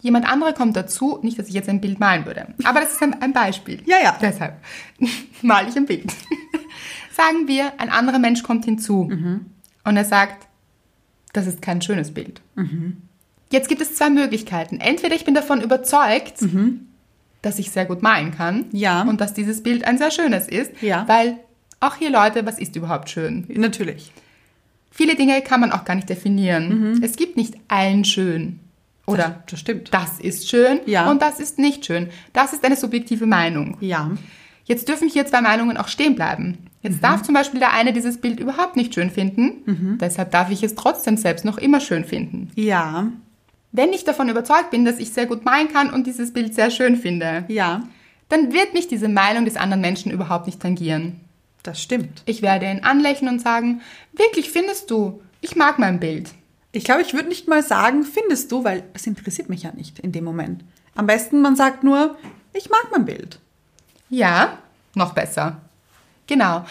[SPEAKER 2] Jemand anderer kommt dazu, nicht, dass ich jetzt ein Bild malen würde, aber das ist ein, ein Beispiel.
[SPEAKER 1] Ja, ja.
[SPEAKER 2] Deshalb male ich ein Bild. Sagen wir, ein anderer Mensch kommt hinzu
[SPEAKER 1] Mhm.
[SPEAKER 2] und er sagt, das ist kein schönes Bild.
[SPEAKER 1] Mhm.
[SPEAKER 2] Jetzt gibt es zwei Möglichkeiten. Entweder ich bin davon überzeugt, dass ich sehr gut malen kann
[SPEAKER 1] Mhm. Ja.
[SPEAKER 2] und dass dieses Bild ein sehr schönes ist,
[SPEAKER 1] Ja.
[SPEAKER 2] weil auch hier Leute, was ist überhaupt schön?
[SPEAKER 1] Natürlich.
[SPEAKER 2] Viele Dinge kann man auch gar nicht definieren. Es gibt nicht allen schön. Oder
[SPEAKER 1] Mhm. Das, das stimmt.
[SPEAKER 2] das ist schön
[SPEAKER 1] Ja.
[SPEAKER 2] und das ist nicht schön. Das ist eine subjektive Meinung.
[SPEAKER 1] Ja.
[SPEAKER 2] Jetzt dürfen hier zwei Meinungen auch stehen bleiben. Jetzt darf zum Beispiel der eine dieses Bild überhaupt nicht schön finden. Deshalb darf ich es trotzdem selbst noch immer schön finden.
[SPEAKER 1] Ja.
[SPEAKER 2] Wenn ich davon überzeugt bin, dass ich sehr gut malen kann und dieses Bild sehr schön finde,
[SPEAKER 1] Ja.
[SPEAKER 2] dann wird mich diese Meinung des anderen Menschen überhaupt nicht tangieren.
[SPEAKER 1] Das stimmt.
[SPEAKER 2] Ich werde ihn anlächeln und sagen, wirklich findest du, ich mag mein Bild.
[SPEAKER 1] Ich glaube, ich würde nicht mal sagen, findest du, weil es interessiert mich ja nicht in dem Moment. Am besten, man sagt nur, ich mag mein Bild.
[SPEAKER 2] Ja, noch besser. Genau.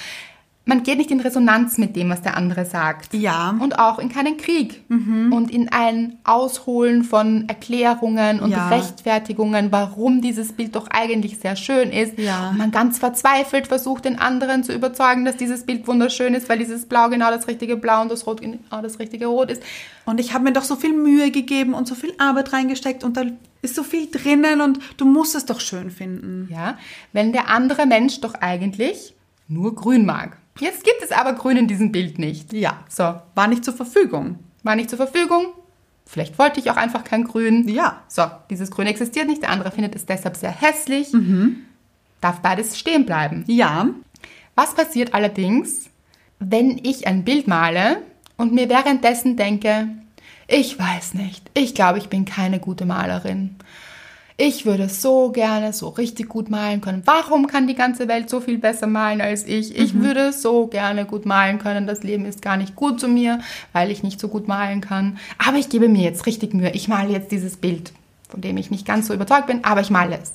[SPEAKER 2] Man geht nicht in Resonanz mit dem, was der andere sagt.
[SPEAKER 1] Ja.
[SPEAKER 2] Mhm. Und auch in keinen Krieg.
[SPEAKER 1] Mhm.
[SPEAKER 2] Und in ein Ausholen von Erklärungen und
[SPEAKER 1] Ja.
[SPEAKER 2] Rechtfertigungen, warum dieses Bild doch eigentlich sehr schön ist.
[SPEAKER 1] Ja.
[SPEAKER 2] Und man ganz verzweifelt versucht, den anderen zu überzeugen, dass dieses Bild wunderschön ist, weil dieses Blau genau das richtige Blau und das Rot genau das richtige Rot ist.
[SPEAKER 1] Und ich habe mir doch so viel Mühe gegeben und so viel Arbeit reingesteckt und da ist so viel drinnen und du musst es doch schön finden.
[SPEAKER 2] Ja, wenn der andere Mensch doch eigentlich nur grün mag. Jetzt gibt es aber grün in diesem Bild nicht.
[SPEAKER 1] Ja.
[SPEAKER 2] So,
[SPEAKER 1] War nicht zur Verfügung.
[SPEAKER 2] war nicht zur Verfügung. Vielleicht wollte ich auch einfach kein Grün.
[SPEAKER 1] Ja.
[SPEAKER 2] So, dieses Grün existiert nicht, der andere findet es deshalb sehr hässlich. Darf beides stehen bleiben.
[SPEAKER 1] Ja.
[SPEAKER 2] Was passiert allerdings, wenn ich ein Bild male und mir währenddessen denke, ich weiß nicht, ich glaube, ich bin keine gute Malerin. Ich würde so gerne so richtig gut malen können. Warum kann die ganze Welt so viel besser malen als ich? Ich würde so gerne gut malen können. Das Leben ist gar nicht gut zu mir, weil ich nicht so gut malen kann. Aber ich gebe mir jetzt richtig Mühe. Ich male jetzt dieses Bild, von dem ich nicht ganz so überzeugt bin, aber ich male es.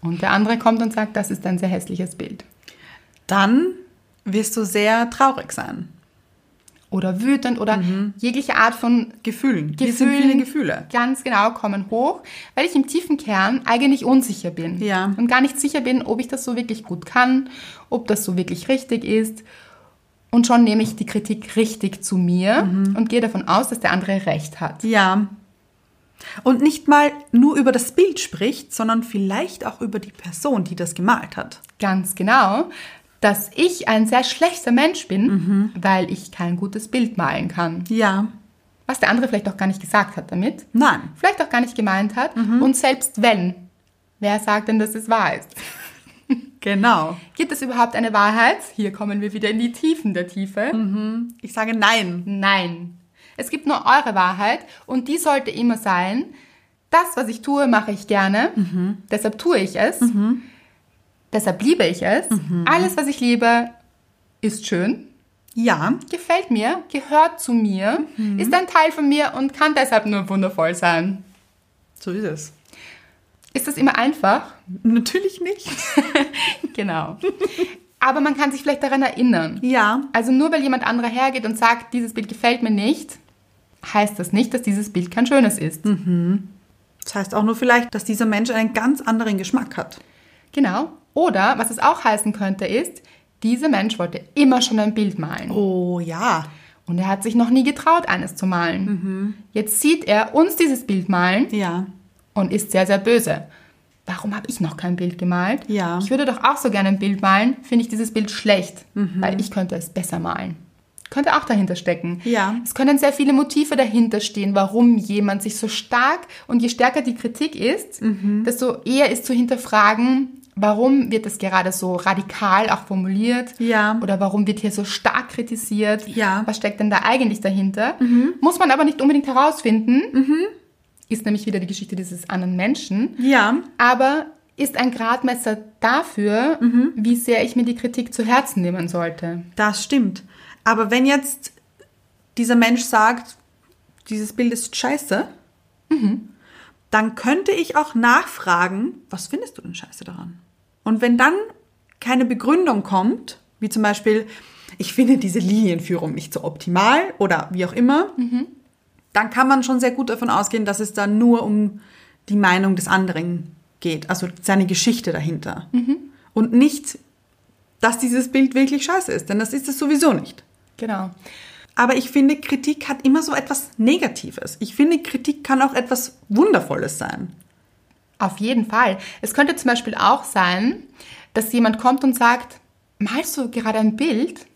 [SPEAKER 2] Und der andere kommt und sagt, das ist ein sehr hässliches Bild.
[SPEAKER 1] Dann wirst du sehr traurig sein.
[SPEAKER 2] oder wütend oder jegliche Art von
[SPEAKER 1] Gefühlen. Hier Mhm. sind
[SPEAKER 2] Gefühlen.
[SPEAKER 1] viele Gefühle.
[SPEAKER 2] Ganz genau kommen hoch, weil ich im tiefen Kern eigentlich unsicher bin.
[SPEAKER 1] Ja.
[SPEAKER 2] Und gar nicht sicher bin, ob ich das so wirklich gut kann, ob das so wirklich richtig ist. Und schon nehme ich die Kritik richtig zu mir
[SPEAKER 1] Mhm.
[SPEAKER 2] und gehe davon aus, dass der andere recht hat.
[SPEAKER 1] Ja. Und nicht mal nur über das Bild spricht, sondern vielleicht auch über die Person, die das gemalt hat.
[SPEAKER 2] Ganz genau, dass ich ein sehr schlechter Mensch bin,
[SPEAKER 1] Mhm.
[SPEAKER 2] weil ich kein gutes Bild malen kann.
[SPEAKER 1] Ja.
[SPEAKER 2] Was der andere vielleicht auch gar nicht gesagt hat damit.
[SPEAKER 1] Nein.
[SPEAKER 2] vielleicht auch gar nicht gemeint hat. Und selbst wenn, wer sagt denn, dass es wahr ist?
[SPEAKER 1] Genau.
[SPEAKER 2] Gibt es überhaupt eine Wahrheit? Hier kommen wir wieder in die Tiefen der Tiefe.
[SPEAKER 1] Ich sage nein.
[SPEAKER 2] Nein. Es gibt nur eure Wahrheit und die sollte immer sein, das, was ich tue, mache ich gerne. Deshalb tue ich es. Deshalb liebe ich es. Alles, was ich liebe, ist schön,
[SPEAKER 1] Ja.
[SPEAKER 2] gefällt mir, gehört zu mir, ist ein Teil von mir und kann deshalb nur wundervoll sein.
[SPEAKER 1] So ist es.
[SPEAKER 2] Ist das immer einfach?
[SPEAKER 1] Natürlich nicht.
[SPEAKER 2] Genau. Aber man kann sich vielleicht daran erinnern.
[SPEAKER 1] Ja.
[SPEAKER 2] Also nur weil jemand anderer hergeht und sagt, dieses Bild gefällt mir nicht, heißt das nicht, dass dieses Bild kein schönes ist.
[SPEAKER 1] Das heißt auch nur vielleicht, dass dieser Mensch einen ganz anderen Geschmack hat.
[SPEAKER 2] Genau. Oder was es auch heißen könnte, ist, dieser Mensch wollte immer schon ein Bild malen.
[SPEAKER 1] Oh ja.
[SPEAKER 2] Und er hat sich noch nie getraut, eines zu malen. Jetzt sieht er uns dieses Bild malen
[SPEAKER 1] Ja.
[SPEAKER 2] und ist sehr, sehr böse. Warum habe ich noch kein Bild gemalt?
[SPEAKER 1] Ja.
[SPEAKER 2] Ich würde doch auch so gerne ein Bild malen, finde ich dieses Bild schlecht,
[SPEAKER 1] Mhm.
[SPEAKER 2] weil ich könnte es besser malen. Könnte auch dahinter stecken.
[SPEAKER 1] Ja.
[SPEAKER 2] Es können sehr viele Motive dahinter stehen, warum jemand sich so stark und je stärker die Kritik ist,
[SPEAKER 1] Mhm.
[SPEAKER 2] desto eher ist zu hinterfragen, warum wird das gerade so radikal auch formuliert
[SPEAKER 1] Ja.
[SPEAKER 2] oder warum wird hier so stark kritisiert,
[SPEAKER 1] Ja.
[SPEAKER 2] was steckt denn da eigentlich dahinter, muss man aber nicht unbedingt herausfinden, ist nämlich wieder die Geschichte dieses anderen Menschen,
[SPEAKER 1] Ja.
[SPEAKER 2] aber ist ein Gradmesser dafür, wie sehr ich mir die Kritik zu Herzen nehmen sollte.
[SPEAKER 1] Das stimmt. Aber wenn jetzt dieser Mensch sagt, dieses Bild ist scheiße, dann könnte ich auch nachfragen, was findest du denn scheiße daran? Und wenn dann keine Begründung kommt, wie zum Beispiel, ich finde diese Linienführung nicht so optimal oder wie auch immer, dann kann man schon sehr gut davon ausgehen, dass es da nur um die Meinung des anderen geht, also seine Geschichte dahinter. Und nicht dass dieses Bild wirklich scheiße ist, denn das ist es sowieso nicht.
[SPEAKER 2] Genau.
[SPEAKER 1] Aber ich finde, Kritik hat immer so etwas Negatives. Ich finde, Kritik kann auch etwas Wundervolles sein.
[SPEAKER 2] Auf jeden Fall. Es könnte zum Beispiel auch sein, dass jemand kommt und sagt, malst du gerade ein Bild?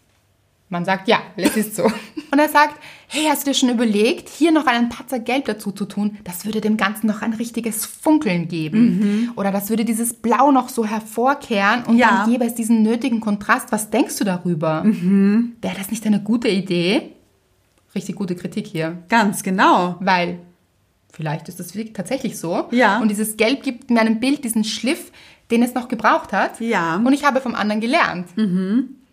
[SPEAKER 2] Man sagt, ja, es ist so. Und er sagt, hey, hast du dir schon überlegt, hier noch einen Patzer Gelb dazu zu tun? Das würde dem Ganzen noch ein richtiges Funkeln geben. Oder das würde dieses Blau noch so hervorkehren und
[SPEAKER 1] Ja.
[SPEAKER 2] dann gäbe es diesen nötigen Kontrast. Was denkst du darüber? Wäre das nicht eine gute Idee? Richtig gute Kritik hier
[SPEAKER 1] Ganz genau.
[SPEAKER 2] weil vielleicht ist das wirklich tatsächlich so.
[SPEAKER 1] Ja.
[SPEAKER 2] Und dieses Gelb gibt meinem Bild diesen Schliff, den es noch gebraucht hat.
[SPEAKER 1] Ja. Mhm.
[SPEAKER 2] Und ich habe vom anderen gelernt.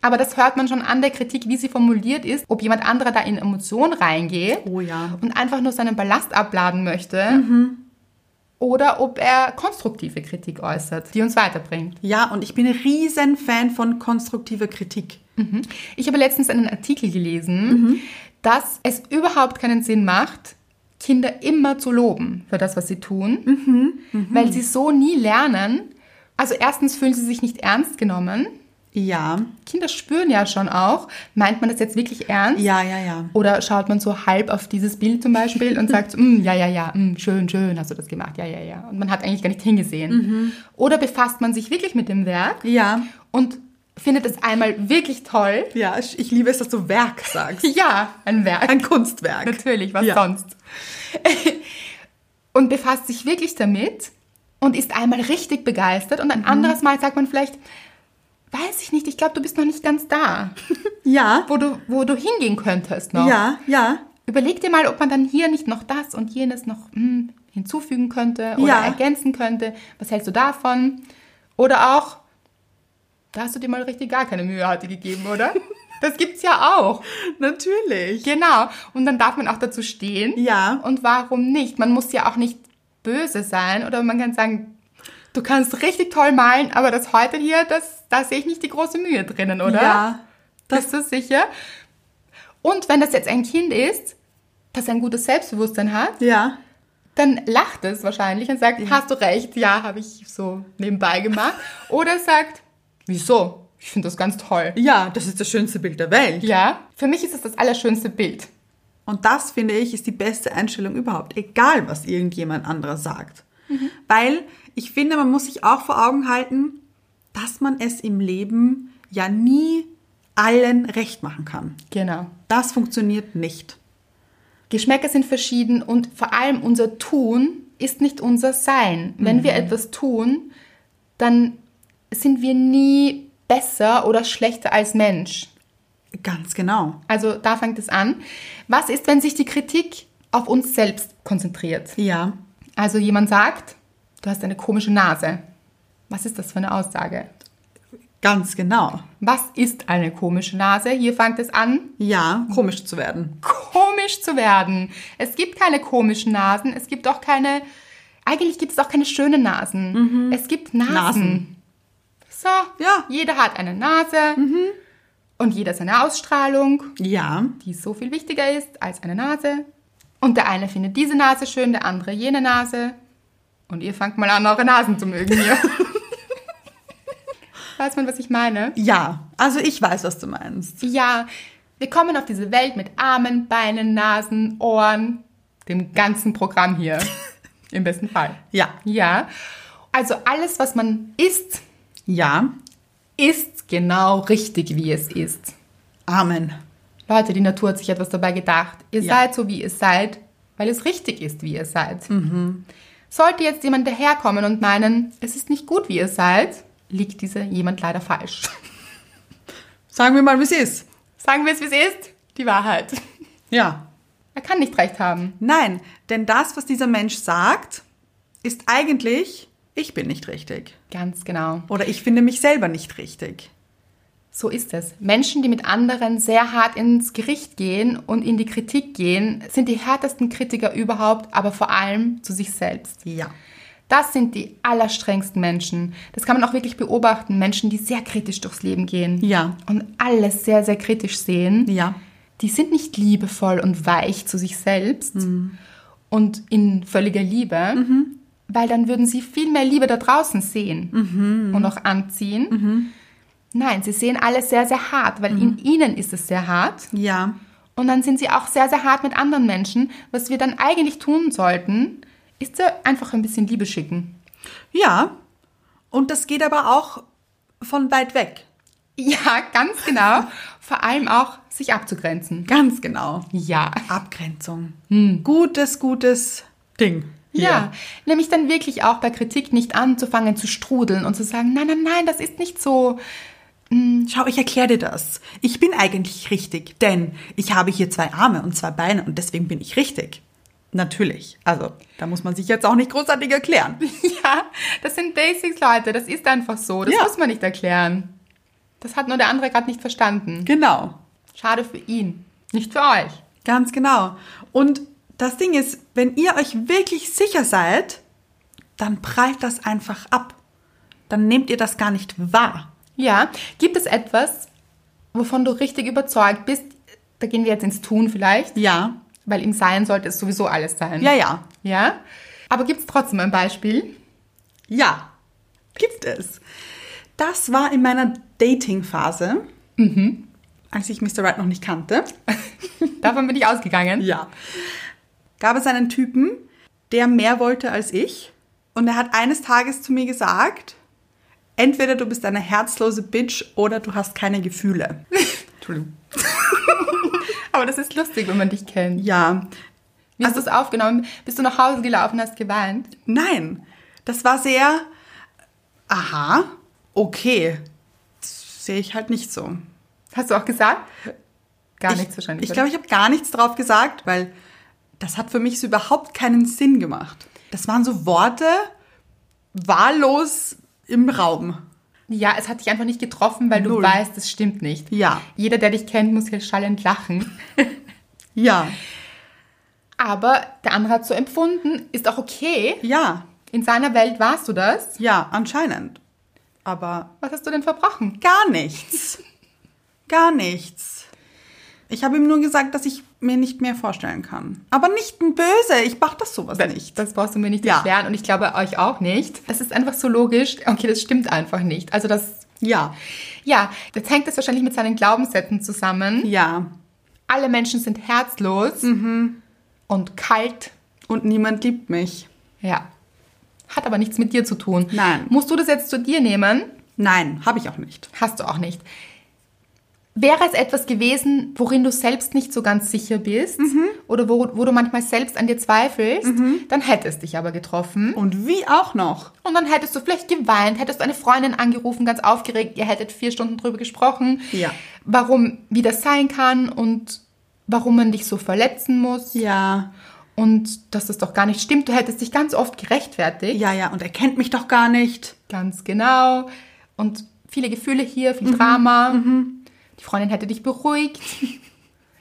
[SPEAKER 2] Aber das hört man schon an der Kritik, wie sie formuliert ist, ob jemand anderer da in Emotion reingeht
[SPEAKER 1] Oh ja. Mhm.
[SPEAKER 2] und einfach nur seinen Ballast abladen möchte. Oder ob er konstruktive Kritik äußert, die uns weiterbringt.
[SPEAKER 1] Ja, und ich bin ein riesen Fan von konstruktiver Kritik.
[SPEAKER 2] Ich habe letztens einen Artikel gelesen, dass es überhaupt keinen Sinn macht, Kinder immer zu loben für das, was sie tun, weil sie so nie lernen. Also erstens fühlen sie sich nicht ernst genommen.
[SPEAKER 1] Ja,
[SPEAKER 2] Kinder spüren ja schon auch, meint man das jetzt wirklich ernst?
[SPEAKER 1] ja, ja, ja.
[SPEAKER 2] Oder schaut man so halb auf dieses Bild zum Beispiel und sagt, so, "Mm, ja, ja, ja, mm, schön, schön, hast du das gemacht, ja, ja, ja. Und man hat eigentlich gar nicht hingesehen. Oder befasst man sich wirklich mit dem Werk
[SPEAKER 1] Ja,
[SPEAKER 2] und findet es einmal wirklich toll
[SPEAKER 1] ja, ich ich liebe es, dass du Werk sagst.
[SPEAKER 2] ja, ein Werk.
[SPEAKER 1] Ein Kunstwerk.
[SPEAKER 2] Natürlich, was
[SPEAKER 1] Ja.
[SPEAKER 2] sonst. und befasst sich wirklich damit und ist einmal richtig begeistert und ein
[SPEAKER 1] Mhm.
[SPEAKER 2] anderes Mal sagt man vielleicht, weiß ich nicht, ich glaube, du bist noch nicht ganz da,
[SPEAKER 1] Ja,
[SPEAKER 2] wo du, wo du hingehen könntest noch.
[SPEAKER 1] ja, ja,
[SPEAKER 2] Überleg dir mal, ob man dann hier nicht noch das und jenes noch hm, hinzufügen könnte oder
[SPEAKER 1] Ja.
[SPEAKER 2] ergänzen könnte. Was hältst du davon? Oder auch, da hast du dir mal richtig gar keine Mühe heute gegeben, oder? Das gibt's ja auch.
[SPEAKER 1] natürlich.
[SPEAKER 2] Genau. Und dann darf man auch dazu stehen.
[SPEAKER 1] Ja.
[SPEAKER 2] Und warum nicht? Man muss ja auch nicht böse sein oder man kann sagen, du kannst richtig toll malen, aber das heute hier, das, da sehe ich nicht die große Mühe drinnen, oder?
[SPEAKER 1] Ja,
[SPEAKER 2] Bist du sicher? Und wenn das jetzt ein Kind ist, das ein gutes Selbstbewusstsein hat,
[SPEAKER 1] ja,
[SPEAKER 2] dann lacht es wahrscheinlich und sagt, hast du recht, ja, habe ich so nebenbei gemacht. Oder sagt, wieso? Ich finde das ganz toll.
[SPEAKER 1] ja, das ist das schönste Bild der Welt.
[SPEAKER 2] Ja, für mich ist es das allerschönste Bild.
[SPEAKER 1] Und das, finde ich, ist die beste Einstellung überhaupt, egal was irgendjemand anderer sagt. Weil ich finde, man muss sich auch vor Augen halten, dass man es im Leben ja nie allen recht machen kann.
[SPEAKER 2] Genau.
[SPEAKER 1] Das funktioniert nicht.
[SPEAKER 2] Geschmäcker sind verschieden und vor allem unser Tun ist nicht unser Sein. Wenn wir etwas tun, dann sind wir nie besser oder schlechter als Mensch.
[SPEAKER 1] Ganz genau.
[SPEAKER 2] Also da fängt es an. Was ist, wenn sich die Kritik auf uns selbst konzentriert?
[SPEAKER 1] Ja.
[SPEAKER 2] Also jemand sagt, du hast eine komische Nase. Was ist das für eine Aussage?
[SPEAKER 1] Ganz genau.
[SPEAKER 2] Was ist eine komische Nase? Hier fängt es an,
[SPEAKER 1] Ja, komisch zu werden.
[SPEAKER 2] komisch zu werden. Es gibt keine komischen Nasen, es gibt auch keine, eigentlich gibt es auch keine schönen Nasen. Es gibt Nasen.
[SPEAKER 1] Mhm. Nasen.
[SPEAKER 2] So,
[SPEAKER 1] Ja. Mhm.
[SPEAKER 2] jeder hat eine Nase und jeder seine Ausstrahlung,
[SPEAKER 1] Ja.
[SPEAKER 2] die so viel wichtiger ist als eine Nase. Und der eine findet diese Nase schön, der andere jene Nase. Und ihr fangt mal an, eure Nasen zu mögen hier. Weiß man, was ich meine?
[SPEAKER 1] Ja. Also ich weiß, was du meinst.
[SPEAKER 2] Ja, Wir kommen auf diese Welt mit Armen, Beinen, Nasen, Ohren, dem ganzen Programm hier. Im besten Fall.
[SPEAKER 1] Ja.
[SPEAKER 2] Ja. Also alles, was man isst,
[SPEAKER 1] Ja.
[SPEAKER 2] ist genau richtig, wie es ist.
[SPEAKER 1] Amen.
[SPEAKER 2] Leute, die Natur hat sich etwas dabei gedacht. Ihr
[SPEAKER 1] Ja.
[SPEAKER 2] seid so, wie ihr seid, weil es richtig ist, wie ihr seid. Sollte jetzt jemand daherkommen und meinen, es ist nicht gut, wie ihr seid, liegt dieser jemand leider falsch.
[SPEAKER 1] Sagen wir mal, wie es ist.
[SPEAKER 2] Sagen wir es, wie es ist, die Wahrheit.
[SPEAKER 1] Ja.
[SPEAKER 2] Er kann nicht recht haben.
[SPEAKER 1] Nein, denn das, was dieser Mensch sagt, ist eigentlich, ich bin nicht richtig.
[SPEAKER 2] Ganz genau.
[SPEAKER 1] Oder ich finde mich selber nicht richtig.
[SPEAKER 2] So ist es. Menschen, die mit anderen sehr hart ins Gericht gehen und in die Kritik gehen, sind die härtesten Kritiker überhaupt, aber vor allem zu sich selbst.
[SPEAKER 1] Ja.
[SPEAKER 2] Das sind die allerstrengsten Menschen. Das kann man auch wirklich beobachten. Menschen, die sehr kritisch durchs Leben gehen.
[SPEAKER 1] Ja.
[SPEAKER 2] Und alles sehr, sehr kritisch sehen.
[SPEAKER 1] Ja.
[SPEAKER 2] Die sind nicht liebevoll und weich zu sich selbst
[SPEAKER 1] Mhm.
[SPEAKER 2] und in völliger Liebe, weil dann würden sie viel mehr Liebe da draußen sehen
[SPEAKER 1] Mhm.
[SPEAKER 2] und auch anziehen. Nein, sie sehen alles sehr, sehr hart,
[SPEAKER 1] Mhm.
[SPEAKER 2] weil in ihnen ist es sehr hart.
[SPEAKER 1] Ja.
[SPEAKER 2] Und dann sind sie auch sehr, sehr hart mit anderen Menschen. Was wir dann eigentlich tun sollten, ist äh, einfach ein bisschen Liebe schicken.
[SPEAKER 1] Ja. Und das geht aber auch von weit weg.
[SPEAKER 2] Ja, ganz genau. Vor allem auch sich abzugrenzen.
[SPEAKER 1] Ganz genau.
[SPEAKER 2] Ja.
[SPEAKER 1] Abgrenzung. Gutes, gutes Ding.
[SPEAKER 2] Ja, nämlich dann wirklich auch bei Kritik nicht anzufangen zu strudeln und zu sagen, nein, nein, nein, das ist nicht so.
[SPEAKER 1] Schau, ich erkläre dir das. Ich bin eigentlich richtig, denn ich habe hier zwei Arme und zwei Beine und deswegen bin ich richtig. Natürlich. Also, da muss man sich jetzt auch nicht großartig erklären.
[SPEAKER 2] Ja, das sind Basics, Leute, das ist einfach so, das
[SPEAKER 1] Ja.
[SPEAKER 2] muss man nicht erklären. Das hat nur der andere gerade nicht verstanden.
[SPEAKER 1] Genau.
[SPEAKER 2] Schade für ihn, nicht für euch.
[SPEAKER 1] Ganz genau. Und das Ding ist, wenn ihr euch wirklich sicher seid, dann prallt das einfach ab. Dann nehmt ihr das gar nicht wahr.
[SPEAKER 2] Ja, gibt es etwas, wovon du richtig überzeugt bist? Da gehen wir jetzt ins Tun vielleicht,
[SPEAKER 1] Ja.
[SPEAKER 2] weil im Sein sollte es sowieso alles sein.
[SPEAKER 1] Ja, ja.
[SPEAKER 2] Ja? Aber gibt es trotzdem ein Beispiel?
[SPEAKER 1] Ja. Gibt es. Das war in meiner Dating-Phase, Mhm. als ich Mr. Right noch nicht kannte.
[SPEAKER 2] Davon bin ich ausgegangen.
[SPEAKER 1] Ja. Gab es einen Typen, der mehr wollte als ich. Und er hat eines Tages zu mir gesagt, entweder du bist eine herzlose Bitch oder du hast keine Gefühle. Entschuldigung.
[SPEAKER 2] Aber das ist lustig, wenn man dich kennt.
[SPEAKER 1] Ja, Also-
[SPEAKER 2] Wie hast du es aufgenommen? Bist du nach Hause gelaufen, hast geweint?
[SPEAKER 1] nein. Das war sehr, aha, okay. Das sehe ich halt nicht so.
[SPEAKER 2] Hast du auch gesagt? Gar
[SPEAKER 1] ich,
[SPEAKER 2] nichts wahrscheinlich.
[SPEAKER 1] Ich
[SPEAKER 2] oder?
[SPEAKER 1] glaube, ich habe gar nichts drauf gesagt, weil das hat für mich so überhaupt keinen Sinn gemacht. Das waren so Worte wahllos im Raum.
[SPEAKER 2] Ja, es hat dich einfach nicht getroffen, weil
[SPEAKER 1] Null.
[SPEAKER 2] du weißt, es stimmt nicht.
[SPEAKER 1] Ja.
[SPEAKER 2] Jeder, der dich kennt, muss hier schallend lachen.
[SPEAKER 1] Ja,
[SPEAKER 2] Aber der andere hat so empfunden, ist auch okay.
[SPEAKER 1] ja,
[SPEAKER 2] In seiner Welt warst du das.
[SPEAKER 1] ja, anscheinend. Aber
[SPEAKER 2] Was hast du denn verbrochen?
[SPEAKER 1] gar nichts. Gar nichts. Ich habe ihm nur gesagt, dass ich mir nicht mehr vorstellen kann. Aber nicht ein Böse. Ich mach das sowas nicht.
[SPEAKER 2] Das brauchst du mir nicht
[SPEAKER 1] Ja.
[SPEAKER 2] erklären und ich glaube euch auch nicht. Das ist einfach so logisch. Okay, das stimmt einfach nicht. Also das,
[SPEAKER 1] Ja,
[SPEAKER 2] ja, jetzt hängt das wahrscheinlich mit seinen Glaubenssätzen zusammen.
[SPEAKER 1] ja.
[SPEAKER 2] alle Menschen sind herzlos und kalt.
[SPEAKER 1] Und niemand liebt mich.
[SPEAKER 2] Ja. Hat aber nichts mit dir zu tun.
[SPEAKER 1] Nein.
[SPEAKER 2] Musst du das jetzt zu dir nehmen?
[SPEAKER 1] Nein, habe ich auch nicht.
[SPEAKER 2] Hast du auch nicht. Wäre es etwas gewesen, worin du selbst nicht so ganz sicher bist oder wo, wo du manchmal selbst an dir zweifelst, dann hätte es dich aber getroffen.
[SPEAKER 1] Und wie auch noch.
[SPEAKER 2] Und dann hättest du vielleicht geweint, hättest du eine Freundin angerufen, ganz aufgeregt, ihr hättet vier Stunden drüber gesprochen,
[SPEAKER 1] Ja.
[SPEAKER 2] warum, wie das sein kann und warum man dich so verletzen muss.
[SPEAKER 1] Ja,
[SPEAKER 2] Und dass das doch gar nicht stimmt. Du hättest dich ganz oft gerechtfertigt.
[SPEAKER 1] ja, ja. Und er kennt mich doch gar nicht.
[SPEAKER 2] Ganz genau. Und viele Gefühle hier, viel
[SPEAKER 1] Mhm.
[SPEAKER 2] Drama. Die Freundin hätte dich beruhigt,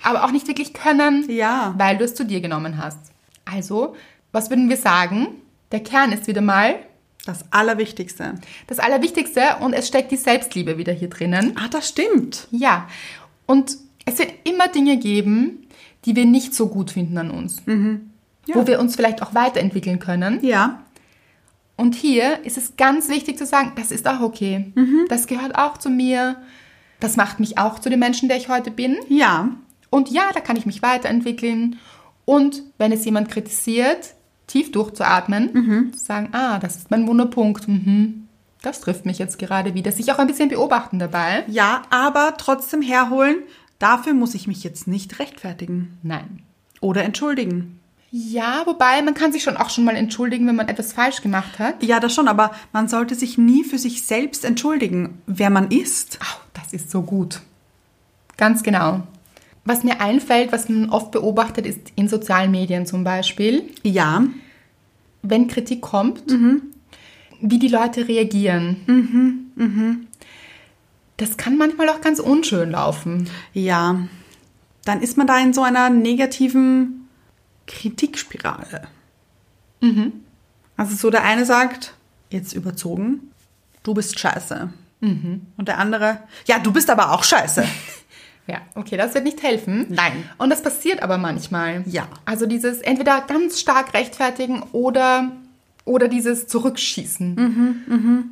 [SPEAKER 2] aber auch nicht wirklich können,
[SPEAKER 1] Ja.
[SPEAKER 2] weil du es zu dir genommen hast. Also, was würden wir sagen? Der Kern ist wieder mal
[SPEAKER 1] Das Allerwichtigste.
[SPEAKER 2] das Allerwichtigste und es steckt die Selbstliebe wieder hier drinnen.
[SPEAKER 1] Ah, das stimmt.
[SPEAKER 2] Ja. Und es wird immer Dinge geben, die wir nicht so gut finden an uns.
[SPEAKER 1] Mhm. Ja.
[SPEAKER 2] Wo wir uns vielleicht auch weiterentwickeln können.
[SPEAKER 1] Ja, Mhm.
[SPEAKER 2] Und hier ist es ganz wichtig zu sagen, das ist auch okay. Das gehört auch zu mir. Das macht mich auch zu dem Menschen, der ich heute bin.
[SPEAKER 1] Ja,
[SPEAKER 2] Und ja, da kann ich mich weiterentwickeln. Und wenn es jemand kritisiert, tief durchzuatmen, zu sagen, ah, das ist mein Monopunkt. Mhm. Das trifft mich jetzt gerade wieder. Sich auch ein bisschen beobachten dabei.
[SPEAKER 1] ja, aber trotzdem herholen, dafür muss ich mich jetzt nicht rechtfertigen
[SPEAKER 2] Nein.
[SPEAKER 1] oder entschuldigen.
[SPEAKER 2] Ja, wobei man kann sich schon auch schon mal entschuldigen, wenn man etwas falsch gemacht hat.
[SPEAKER 1] Ja, das schon, aber man sollte sich nie für sich selbst entschuldigen, wer man ist.
[SPEAKER 2] Au, das ist so gut. Ganz genau. Was mir einfällt, was man oft beobachtet, ist in sozialen Medien zum Beispiel,
[SPEAKER 1] Ja,
[SPEAKER 2] wenn Kritik kommt,
[SPEAKER 1] Mhm.
[SPEAKER 2] wie die Leute reagieren.
[SPEAKER 1] mhm.
[SPEAKER 2] Das kann manchmal auch ganz unschön laufen.
[SPEAKER 1] ja, dann ist man da in so einer negativen Kritikspirale. Also so der eine sagt, jetzt überzogen, du bist scheiße. Und der andere, ja, du bist aber auch scheiße.
[SPEAKER 2] Ja, okay, das wird nicht helfen.
[SPEAKER 1] Nein.
[SPEAKER 2] Und das passiert aber manchmal.
[SPEAKER 1] Ja.
[SPEAKER 2] Also dieses entweder ganz stark rechtfertigen oder, oder dieses Zurückschießen.
[SPEAKER 1] Mhm,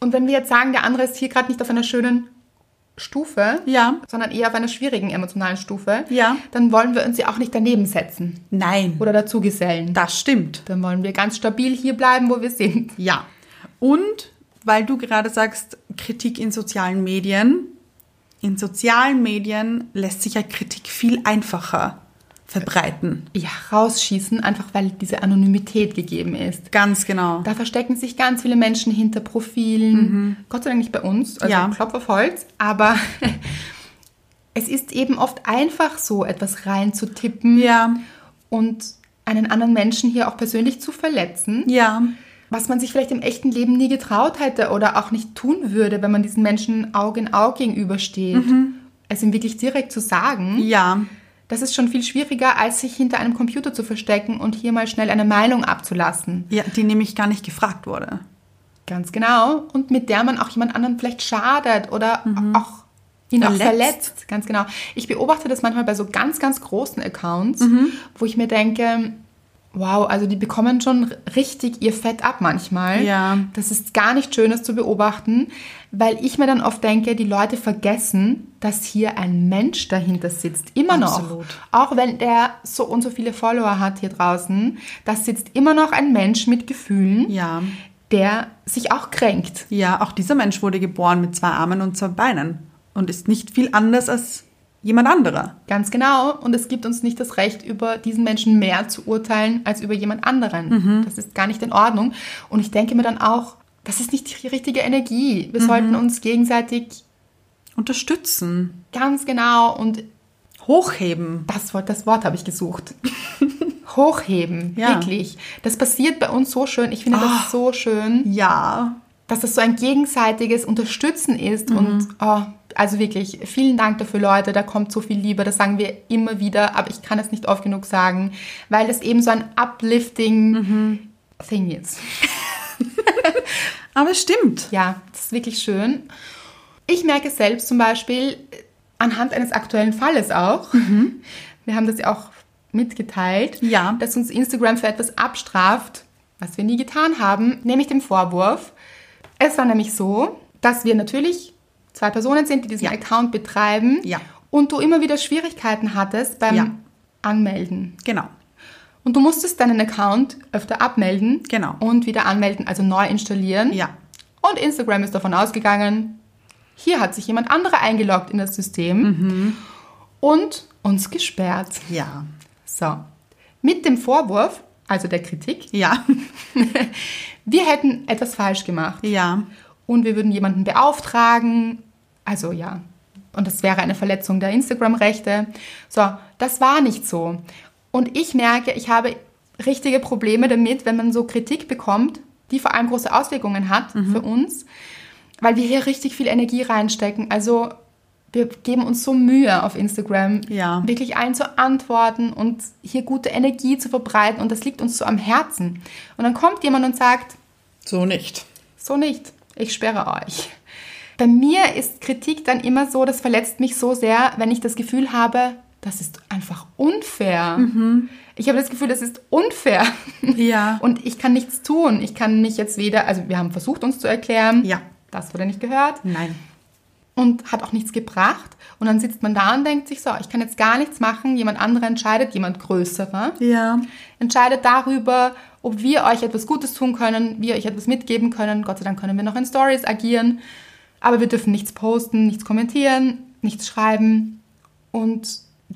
[SPEAKER 2] Und wenn wir jetzt sagen, der andere ist hier gerade nicht auf einer schönen Stufe,
[SPEAKER 1] Ja.
[SPEAKER 2] sondern eher auf einer schwierigen emotionalen Stufe,
[SPEAKER 1] Ja.
[SPEAKER 2] dann wollen wir uns ja auch nicht daneben setzen
[SPEAKER 1] Nein,
[SPEAKER 2] oder dazugesellen.
[SPEAKER 1] das stimmt.
[SPEAKER 2] Dann wollen wir ganz stabil hier bleiben, wo wir sind.
[SPEAKER 1] Ja. Und weil du gerade sagst, Kritik in sozialen Medien. In sozialen Medien lässt sich ja Kritik viel einfacher verbreiten.
[SPEAKER 2] Ja, rausschießen, einfach weil diese Anonymität gegeben ist.
[SPEAKER 1] Ganz genau.
[SPEAKER 2] Da verstecken sich ganz viele Menschen hinter Profilen. Gott sei Dank nicht bei uns, also
[SPEAKER 1] Mhm. Ja.
[SPEAKER 2] Klopf auf Holz, aber es ist eben oft einfach so, etwas reinzutippen
[SPEAKER 1] Ja.
[SPEAKER 2] und einen anderen Menschen hier auch persönlich zu verletzen,
[SPEAKER 1] Ja.
[SPEAKER 2] was man sich vielleicht im echten Leben nie getraut hätte oder auch nicht tun würde, wenn man diesen Menschen Auge in Auge gegenübersteht.
[SPEAKER 1] Mhm.
[SPEAKER 2] Es ihm wirklich direkt zu sagen,
[SPEAKER 1] Ja.
[SPEAKER 2] das ist schon viel schwieriger, als sich hinter einem Computer zu verstecken und hier mal schnell eine Meinung abzulassen.
[SPEAKER 1] Ja, die nämlich gar nicht gefragt wurde.
[SPEAKER 2] Ganz genau. Und mit der man auch jemand anderen vielleicht schadet oder auch ihn auch
[SPEAKER 1] Mhm. Verletzt.
[SPEAKER 2] verletzt. Ganz genau. Ich beobachte das manchmal bei so ganz, ganz großen Accounts,
[SPEAKER 1] Mhm.
[SPEAKER 2] wo ich mir denke, wow, also die bekommen schon r- richtig ihr Fett ab manchmal.
[SPEAKER 1] Ja.
[SPEAKER 2] Das ist gar nicht schön, das zu beobachten, weil ich mir dann oft denke, die Leute vergessen, dass hier ein Mensch dahinter sitzt. Immer noch.
[SPEAKER 1] Absolut.
[SPEAKER 2] Auch wenn der so und so viele Follower hat hier draußen, da sitzt immer noch ein Mensch mit Gefühlen
[SPEAKER 1] Ja.
[SPEAKER 2] der sich auch kränkt.
[SPEAKER 1] Ja, auch dieser Mensch wurde geboren mit zwei Armen und zwei Beinen und ist nicht viel anders als jemand anderer.
[SPEAKER 2] Ganz genau. Und es gibt uns nicht das Recht, über diesen Menschen mehr zu urteilen als über jemand anderen. Das ist gar nicht in Ordnung. Und ich denke mir dann auch, das ist nicht die richtige Energie. Wir sollten uns gegenseitig
[SPEAKER 1] Unterstützen,
[SPEAKER 2] ganz genau und
[SPEAKER 1] hochheben.
[SPEAKER 2] das Wort, das Wort habe ich gesucht. Hochheben,
[SPEAKER 1] Ja.
[SPEAKER 2] wirklich. Das passiert bei uns so schön. Ich finde das so schön,
[SPEAKER 1] Ja.
[SPEAKER 2] dass das so ein gegenseitiges Unterstützen ist. Und oh, also wirklich, vielen Dank dafür, Leute. Da kommt so viel Liebe. Das sagen wir immer wieder, aber ich kann es nicht oft genug sagen, weil das eben so ein uplifting Thing ist.
[SPEAKER 1] Aber es stimmt.
[SPEAKER 2] Ja, das ist wirklich schön. Ich merke selbst zum Beispiel äh, anhand eines aktuellen Falles auch, wir haben das ja auch mitgeteilt,
[SPEAKER 1] Mhm. Ja.
[SPEAKER 2] dass uns Instagram für etwas abstraft, was wir nie getan haben, nämlich dem Vorwurf. Es war nämlich so, dass wir natürlich zwei Personen sind, die diesen Account betreiben
[SPEAKER 1] Ja.
[SPEAKER 2] und du immer wieder Schwierigkeiten hattest beim
[SPEAKER 1] Ja.
[SPEAKER 2] Anmelden.
[SPEAKER 1] Genau.
[SPEAKER 2] Und du musstest deinen Account öfter abmelden
[SPEAKER 1] Genau.
[SPEAKER 2] und wieder anmelden, also neu installieren.
[SPEAKER 1] Ja.
[SPEAKER 2] Und Instagram ist davon ausgegangen, hier hat sich jemand anderer eingeloggt in das System und uns gesperrt.
[SPEAKER 1] Ja.
[SPEAKER 2] So, mit dem Vorwurf, also der Kritik,
[SPEAKER 1] Ja.
[SPEAKER 2] wir hätten etwas falsch gemacht
[SPEAKER 1] Ja.
[SPEAKER 2] und wir würden jemanden beauftragen. Also ja, und das wäre eine Verletzung der Instagram-Rechte. So, das war nicht so. Und ich merke, ich habe richtige Probleme damit, wenn man so Kritik bekommt, die vor allem große Auswirkungen hat für uns, weil wir hier richtig viel Energie reinstecken. Also wir geben uns so Mühe auf Instagram,
[SPEAKER 1] Ja.
[SPEAKER 2] wirklich allen zu antworten und hier gute Energie zu verbreiten. Und das liegt uns so am Herzen. Und dann kommt jemand und sagt,
[SPEAKER 1] So nicht.
[SPEAKER 2] so nicht. Ich sperre euch. Bei mir ist Kritik dann immer so, das verletzt mich so sehr, wenn ich das Gefühl habe, das ist einfach unfair. Ich habe das Gefühl, das ist unfair.
[SPEAKER 1] Mhm. Ja.
[SPEAKER 2] Und ich kann nichts tun. Ich kann mich jetzt weder, also wir haben versucht, uns zu erklären.
[SPEAKER 1] Ja.
[SPEAKER 2] Das wurde nicht gehört.
[SPEAKER 1] Nein.
[SPEAKER 2] und hat auch nichts gebracht. Und dann sitzt man da und denkt sich so, ich kann jetzt gar nichts machen. Jemand anderer entscheidet, jemand Größerer
[SPEAKER 1] Ja.
[SPEAKER 2] entscheidet darüber, ob wir euch etwas Gutes tun können, wir euch etwas mitgeben können. Gott sei Dank können wir noch in Stories agieren, aber wir dürfen nichts posten, nichts kommentieren, nichts schreiben. Und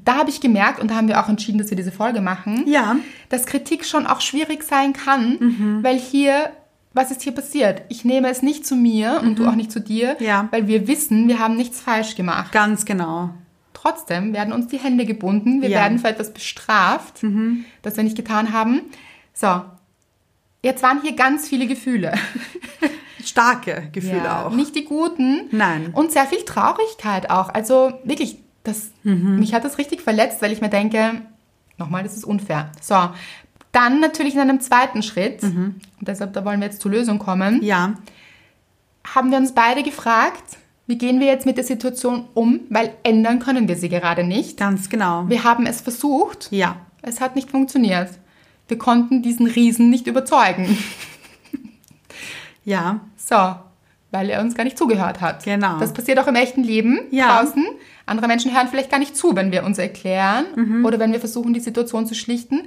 [SPEAKER 2] da habe ich gemerkt, und da haben wir auch entschieden, dass wir diese Folge machen,
[SPEAKER 1] Ja.
[SPEAKER 2] dass Kritik schon auch schwierig sein kann,
[SPEAKER 1] Mhm.
[SPEAKER 2] weil hier, was ist hier passiert? Ich nehme es nicht zu mir und du auch nicht zu dir,
[SPEAKER 1] Mhm. Ja.
[SPEAKER 2] weil wir wissen, wir haben nichts falsch gemacht.
[SPEAKER 1] Ganz genau.
[SPEAKER 2] Trotzdem werden uns die Hände gebunden. Wir
[SPEAKER 1] Ja. Mhm.
[SPEAKER 2] werden für etwas bestraft, das wir nicht getan haben. So, jetzt waren hier ganz viele Gefühle.
[SPEAKER 1] Starke Gefühle
[SPEAKER 2] Ja,
[SPEAKER 1] auch.
[SPEAKER 2] Nicht die guten.
[SPEAKER 1] Nein.
[SPEAKER 2] Und sehr viel Traurigkeit auch. Also wirklich, das,
[SPEAKER 1] Mhm.
[SPEAKER 2] mich hat das richtig verletzt, weil ich mir denke, nochmal, das ist unfair. So, dann natürlich in einem zweiten Schritt,
[SPEAKER 1] Mhm.
[SPEAKER 2] und deshalb, da wollen wir jetzt zur Lösung kommen,
[SPEAKER 1] Ja.
[SPEAKER 2] haben wir uns beide gefragt, wie gehen wir jetzt mit der Situation um, weil ändern können wir sie gerade nicht.
[SPEAKER 1] Ganz genau.
[SPEAKER 2] Wir haben es versucht.
[SPEAKER 1] Ja.
[SPEAKER 2] Es hat nicht funktioniert. Wir konnten diesen Riesen nicht überzeugen.
[SPEAKER 1] Ja.
[SPEAKER 2] So, weil er uns gar nicht zugehört hat.
[SPEAKER 1] Genau.
[SPEAKER 2] Das passiert auch im echten Leben
[SPEAKER 1] Ja.
[SPEAKER 2] draußen. Andere Menschen hören vielleicht gar nicht zu, wenn wir uns erklären
[SPEAKER 1] Mhm.
[SPEAKER 2] oder wenn wir versuchen, die Situation zu schlichten.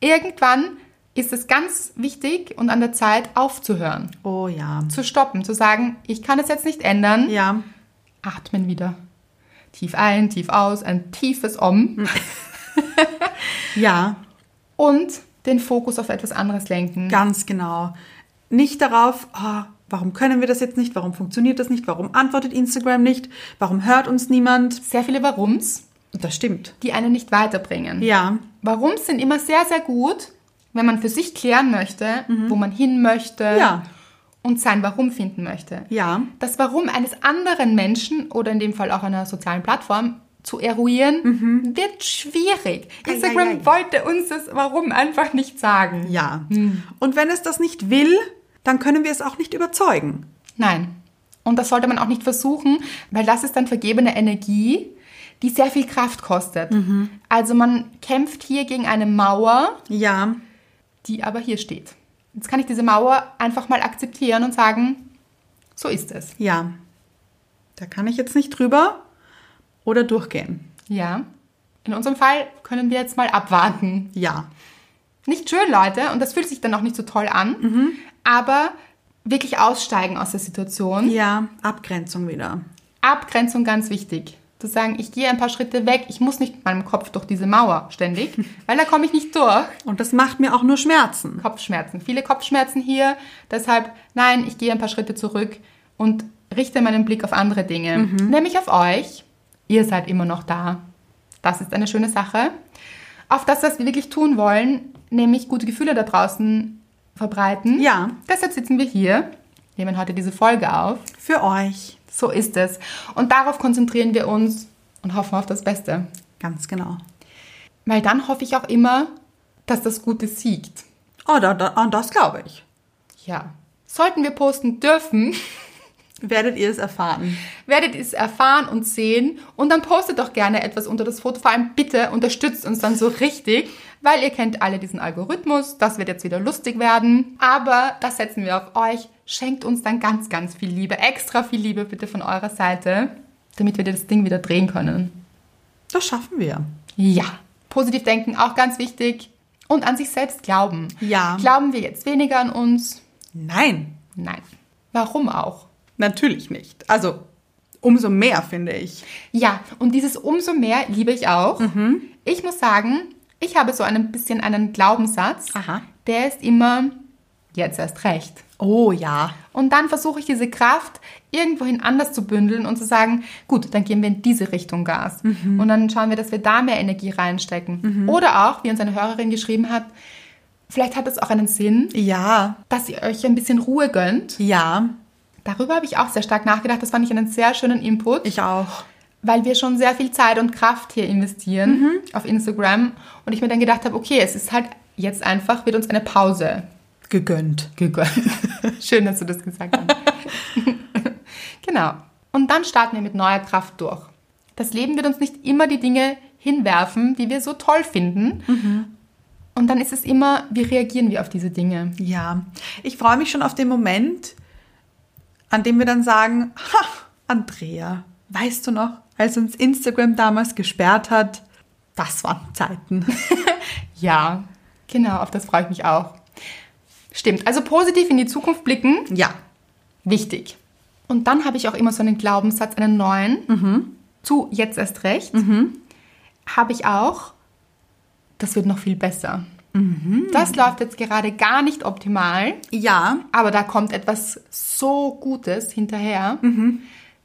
[SPEAKER 2] Irgendwann ist es ganz wichtig und an der Zeit aufzuhören,
[SPEAKER 1] Oh ja.
[SPEAKER 2] zu stoppen, zu sagen, ich kann es jetzt nicht ändern.
[SPEAKER 1] Ja.
[SPEAKER 2] Atmen wieder. Tief ein, tief aus, ein tiefes Um Om.
[SPEAKER 1] Mhm. Ja.
[SPEAKER 2] Und den Fokus auf etwas anderes lenken.
[SPEAKER 1] Ganz genau. Nicht darauf, ah, warum können wir das jetzt nicht? Warum funktioniert das nicht? Warum antwortet Instagram nicht? Warum hört uns niemand?
[SPEAKER 2] sehr viele Warums,
[SPEAKER 1] Das stimmt.
[SPEAKER 2] die einen nicht weiterbringen.
[SPEAKER 1] Ja.
[SPEAKER 2] Warums sind immer sehr, sehr gut, wenn man für sich klären möchte, wo man hin möchte
[SPEAKER 1] Mhm. Ja.
[SPEAKER 2] und sein Warum finden möchte.
[SPEAKER 1] Ja.
[SPEAKER 2] Das Warum eines anderen Menschen oder in dem Fall auch einer sozialen Plattform zu eruieren, wird schwierig. Instagram
[SPEAKER 1] Mhm. ei, ei.
[SPEAKER 2] wollte uns das Warum einfach nicht sagen.
[SPEAKER 1] Ja. Und wenn es das nicht will, dann können wir es auch nicht überzeugen.
[SPEAKER 2] Nein. Und das sollte man auch nicht versuchen, weil das ist dann vergebene Energie, die sehr viel Kraft kostet.
[SPEAKER 1] Mhm.
[SPEAKER 2] Also man kämpft hier gegen eine Mauer,
[SPEAKER 1] Ja.
[SPEAKER 2] die aber hier steht. Jetzt kann ich diese Mauer einfach mal akzeptieren und sagen, so ist es.
[SPEAKER 1] Ja. Da kann ich jetzt nicht drüber oder durchgehen.
[SPEAKER 2] Ja. In unserem Fall können wir jetzt mal abwarten.
[SPEAKER 1] Ja.
[SPEAKER 2] Nicht schön, Leute, und das fühlt sich dann auch nicht so toll an, aber wirklich aussteigen aus der Situation.
[SPEAKER 1] Ja. Abgrenzung wieder.
[SPEAKER 2] Abgrenzung ganz wichtig. Zu sagen, ich gehe ein paar Schritte weg, ich muss nicht mit meinem Kopf durch diese Mauer ständig, weil da komme ich nicht durch.
[SPEAKER 1] Und das macht mir auch nur Schmerzen.
[SPEAKER 2] Kopfschmerzen, viele Kopfschmerzen hier. Deshalb, nein, ich gehe ein paar Schritte zurück und richte meinen Blick auf andere Dinge, nämlich auf euch. Ihr seid immer noch da. Das ist eine schöne Sache. Auf das, was wir wirklich tun wollen, nämlich gute Gefühle da draußen verbreiten.
[SPEAKER 1] Ja.
[SPEAKER 2] Deshalb sitzen wir hier, nehmen heute diese Folge auf.
[SPEAKER 1] Für euch.
[SPEAKER 2] So ist es. Und darauf konzentrieren wir uns und hoffen auf das Beste.
[SPEAKER 1] Ganz genau.
[SPEAKER 2] Weil dann hoffe ich auch immer, dass das Gute siegt.
[SPEAKER 1] Oh, da, da, an das glaube ich.
[SPEAKER 2] Ja. Sollten wir posten dürfen,
[SPEAKER 1] Werdet ihr es erfahren.
[SPEAKER 2] werdet es erfahren und sehen. Und dann postet doch gerne etwas unter das Foto. Vor allem bitte unterstützt uns dann so richtig, weil ihr kennt alle diesen Algorithmus. Das wird jetzt wieder lustig werden. Aber das setzen wir auf euch. Schenkt uns dann ganz, ganz viel Liebe. Extra viel Liebe bitte von eurer Seite, damit wir das Ding wieder drehen können.
[SPEAKER 1] Das schaffen wir.
[SPEAKER 2] Ja. Positiv denken, auch ganz wichtig. Und an sich selbst glauben.
[SPEAKER 1] Ja.
[SPEAKER 2] Glauben wir jetzt weniger an uns?
[SPEAKER 1] Nein,
[SPEAKER 2] Nein. Warum auch?
[SPEAKER 1] natürlich nicht. Also, umso mehr finde ich.
[SPEAKER 2] Ja, und dieses umso mehr liebe ich auch.
[SPEAKER 1] Mhm.
[SPEAKER 2] Ich muss sagen, ich habe so ein bisschen einen Glaubenssatz.
[SPEAKER 1] Aha.
[SPEAKER 2] Der ist immer, jetzt erst recht.
[SPEAKER 1] Oh ja.
[SPEAKER 2] Und dann versuche ich diese Kraft irgendwohin anders zu bündeln und zu sagen, gut, dann geben wir in diese Richtung Gas.
[SPEAKER 1] Mhm.
[SPEAKER 2] Und dann schauen wir, dass wir da mehr Energie reinstecken. Oder auch, wie uns eine Hörerin geschrieben hat, vielleicht hat es auch einen Sinn,
[SPEAKER 1] Ja.
[SPEAKER 2] dass ihr euch ein bisschen Ruhe gönnt.
[SPEAKER 1] Ja.
[SPEAKER 2] Darüber habe ich auch sehr stark nachgedacht. Das fand ich einen sehr schönen Input,
[SPEAKER 1] Ich auch.
[SPEAKER 2] weil wir schon sehr viel Zeit und Kraft hier investieren auf Instagram. Und ich mir dann gedacht habe, okay, es ist halt jetzt einfach, wird uns eine Pause
[SPEAKER 1] Gegönnt.
[SPEAKER 2] gegönnt. Schön, dass du das gesagt hast. genau. Und dann starten wir mit neuer Kraft durch. Das Leben wird uns nicht immer die Dinge hinwerfen, die wir so toll finden. Und dann ist es immer, wie reagieren wir auf diese Dinge?
[SPEAKER 1] Ja. Ich freue mich schon auf den Moment, an dem wir dann sagen, ha, Andrea, Weißt du noch, als uns Instagram damals gesperrt hat? Das waren Zeiten.
[SPEAKER 2] Ja, genau, auf das freue ich mich auch. Stimmt, also positiv in die Zukunft blicken,
[SPEAKER 1] ja.
[SPEAKER 2] wichtig. Und dann habe ich auch immer so einen Glaubenssatz, einen neuen,
[SPEAKER 1] Mhm.
[SPEAKER 2] zu jetzt erst recht, habe ich auch, das wird noch viel besser.
[SPEAKER 1] Mhm.
[SPEAKER 2] Das läuft jetzt gerade gar nicht optimal,
[SPEAKER 1] Ja,
[SPEAKER 2] aber da kommt etwas so Gutes hinterher.
[SPEAKER 1] Mhm.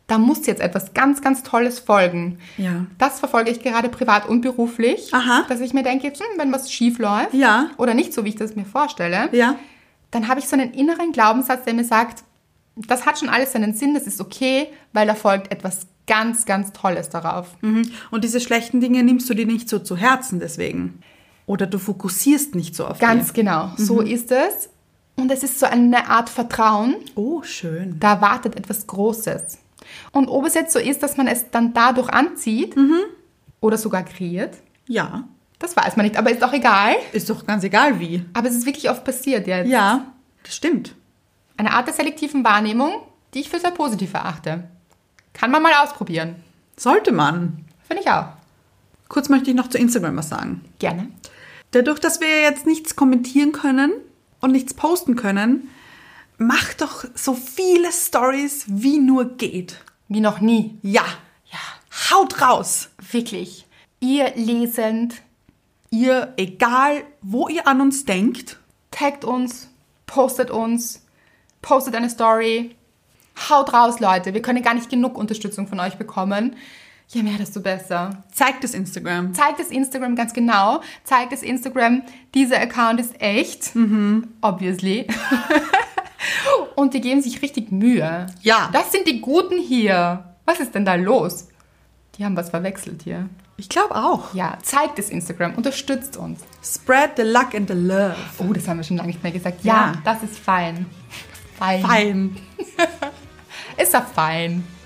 [SPEAKER 2] Da muss jetzt etwas ganz, ganz Tolles folgen.
[SPEAKER 1] Ja.
[SPEAKER 2] Das verfolge ich gerade privat und beruflich,
[SPEAKER 1] Aha.
[SPEAKER 2] dass ich mir denke, hm, wenn was schief läuft
[SPEAKER 1] Ja.
[SPEAKER 2] oder nicht so, wie ich das mir vorstelle,
[SPEAKER 1] ja.
[SPEAKER 2] dann habe ich so einen inneren Glaubenssatz, der mir sagt, das hat schon alles seinen Sinn, das ist okay, weil da folgt etwas ganz, ganz Tolles darauf.
[SPEAKER 1] Mhm. Und diese schlechten Dinge nimmst du dir nicht so zu Herzen deswegen. Oder du fokussierst nicht so auf
[SPEAKER 2] Ganz genau,
[SPEAKER 1] Mhm.
[SPEAKER 2] so ist es. Und es ist so eine Art Vertrauen,
[SPEAKER 1] die. Oh, schön.
[SPEAKER 2] da wartet etwas Großes. Und ob es jetzt so ist, dass man es dann dadurch anzieht
[SPEAKER 1] Mhm.
[SPEAKER 2] oder sogar kreiert,
[SPEAKER 1] Ja.
[SPEAKER 2] das weiß man nicht, aber ist auch egal.
[SPEAKER 1] Ist doch ganz egal wie.
[SPEAKER 2] Aber es ist wirklich oft passiert jetzt.
[SPEAKER 1] Ja, das stimmt.
[SPEAKER 2] Eine Art der selektiven Wahrnehmung, die ich für sehr positiv erachte. Kann man mal ausprobieren.
[SPEAKER 1] Sollte man.
[SPEAKER 2] Finde ich auch.
[SPEAKER 1] Kurz möchte ich noch zu Instagram was sagen.
[SPEAKER 2] Gerne.
[SPEAKER 1] Dadurch, dass wir jetzt nichts kommentieren können und nichts posten können, mach doch so viele Stories wie nur geht.
[SPEAKER 2] Wie noch nie.
[SPEAKER 1] Ja.
[SPEAKER 2] Ja,
[SPEAKER 1] Haut raus.
[SPEAKER 2] wirklich. Ihr lesend,
[SPEAKER 1] Ihr, egal wo ihr an uns denkt,
[SPEAKER 2] taggt uns, postet uns, postet eine Story. Haut raus, Leute. Wir können gar nicht genug Unterstützung von euch bekommen. Je mehr, desto besser.
[SPEAKER 1] zeigt es Instagram.
[SPEAKER 2] Zeigt es Instagram ganz genau. Zeigt es Instagram, dieser Account ist echt. Obviously. Und die geben sich richtig Mühe.
[SPEAKER 1] Ja.
[SPEAKER 2] Das sind die Guten hier. Was ist denn da los? Die haben was verwechselt hier.
[SPEAKER 1] Ich glaube auch.
[SPEAKER 2] Ja, zeigt es Instagram, unterstützt uns.
[SPEAKER 1] Spread the luck and the love.
[SPEAKER 2] Oh, das haben wir schon lange nicht mehr gesagt. Ja,
[SPEAKER 1] Ja.
[SPEAKER 2] das ist fein. Fein.
[SPEAKER 1] Fein.
[SPEAKER 2] Ist ja fein.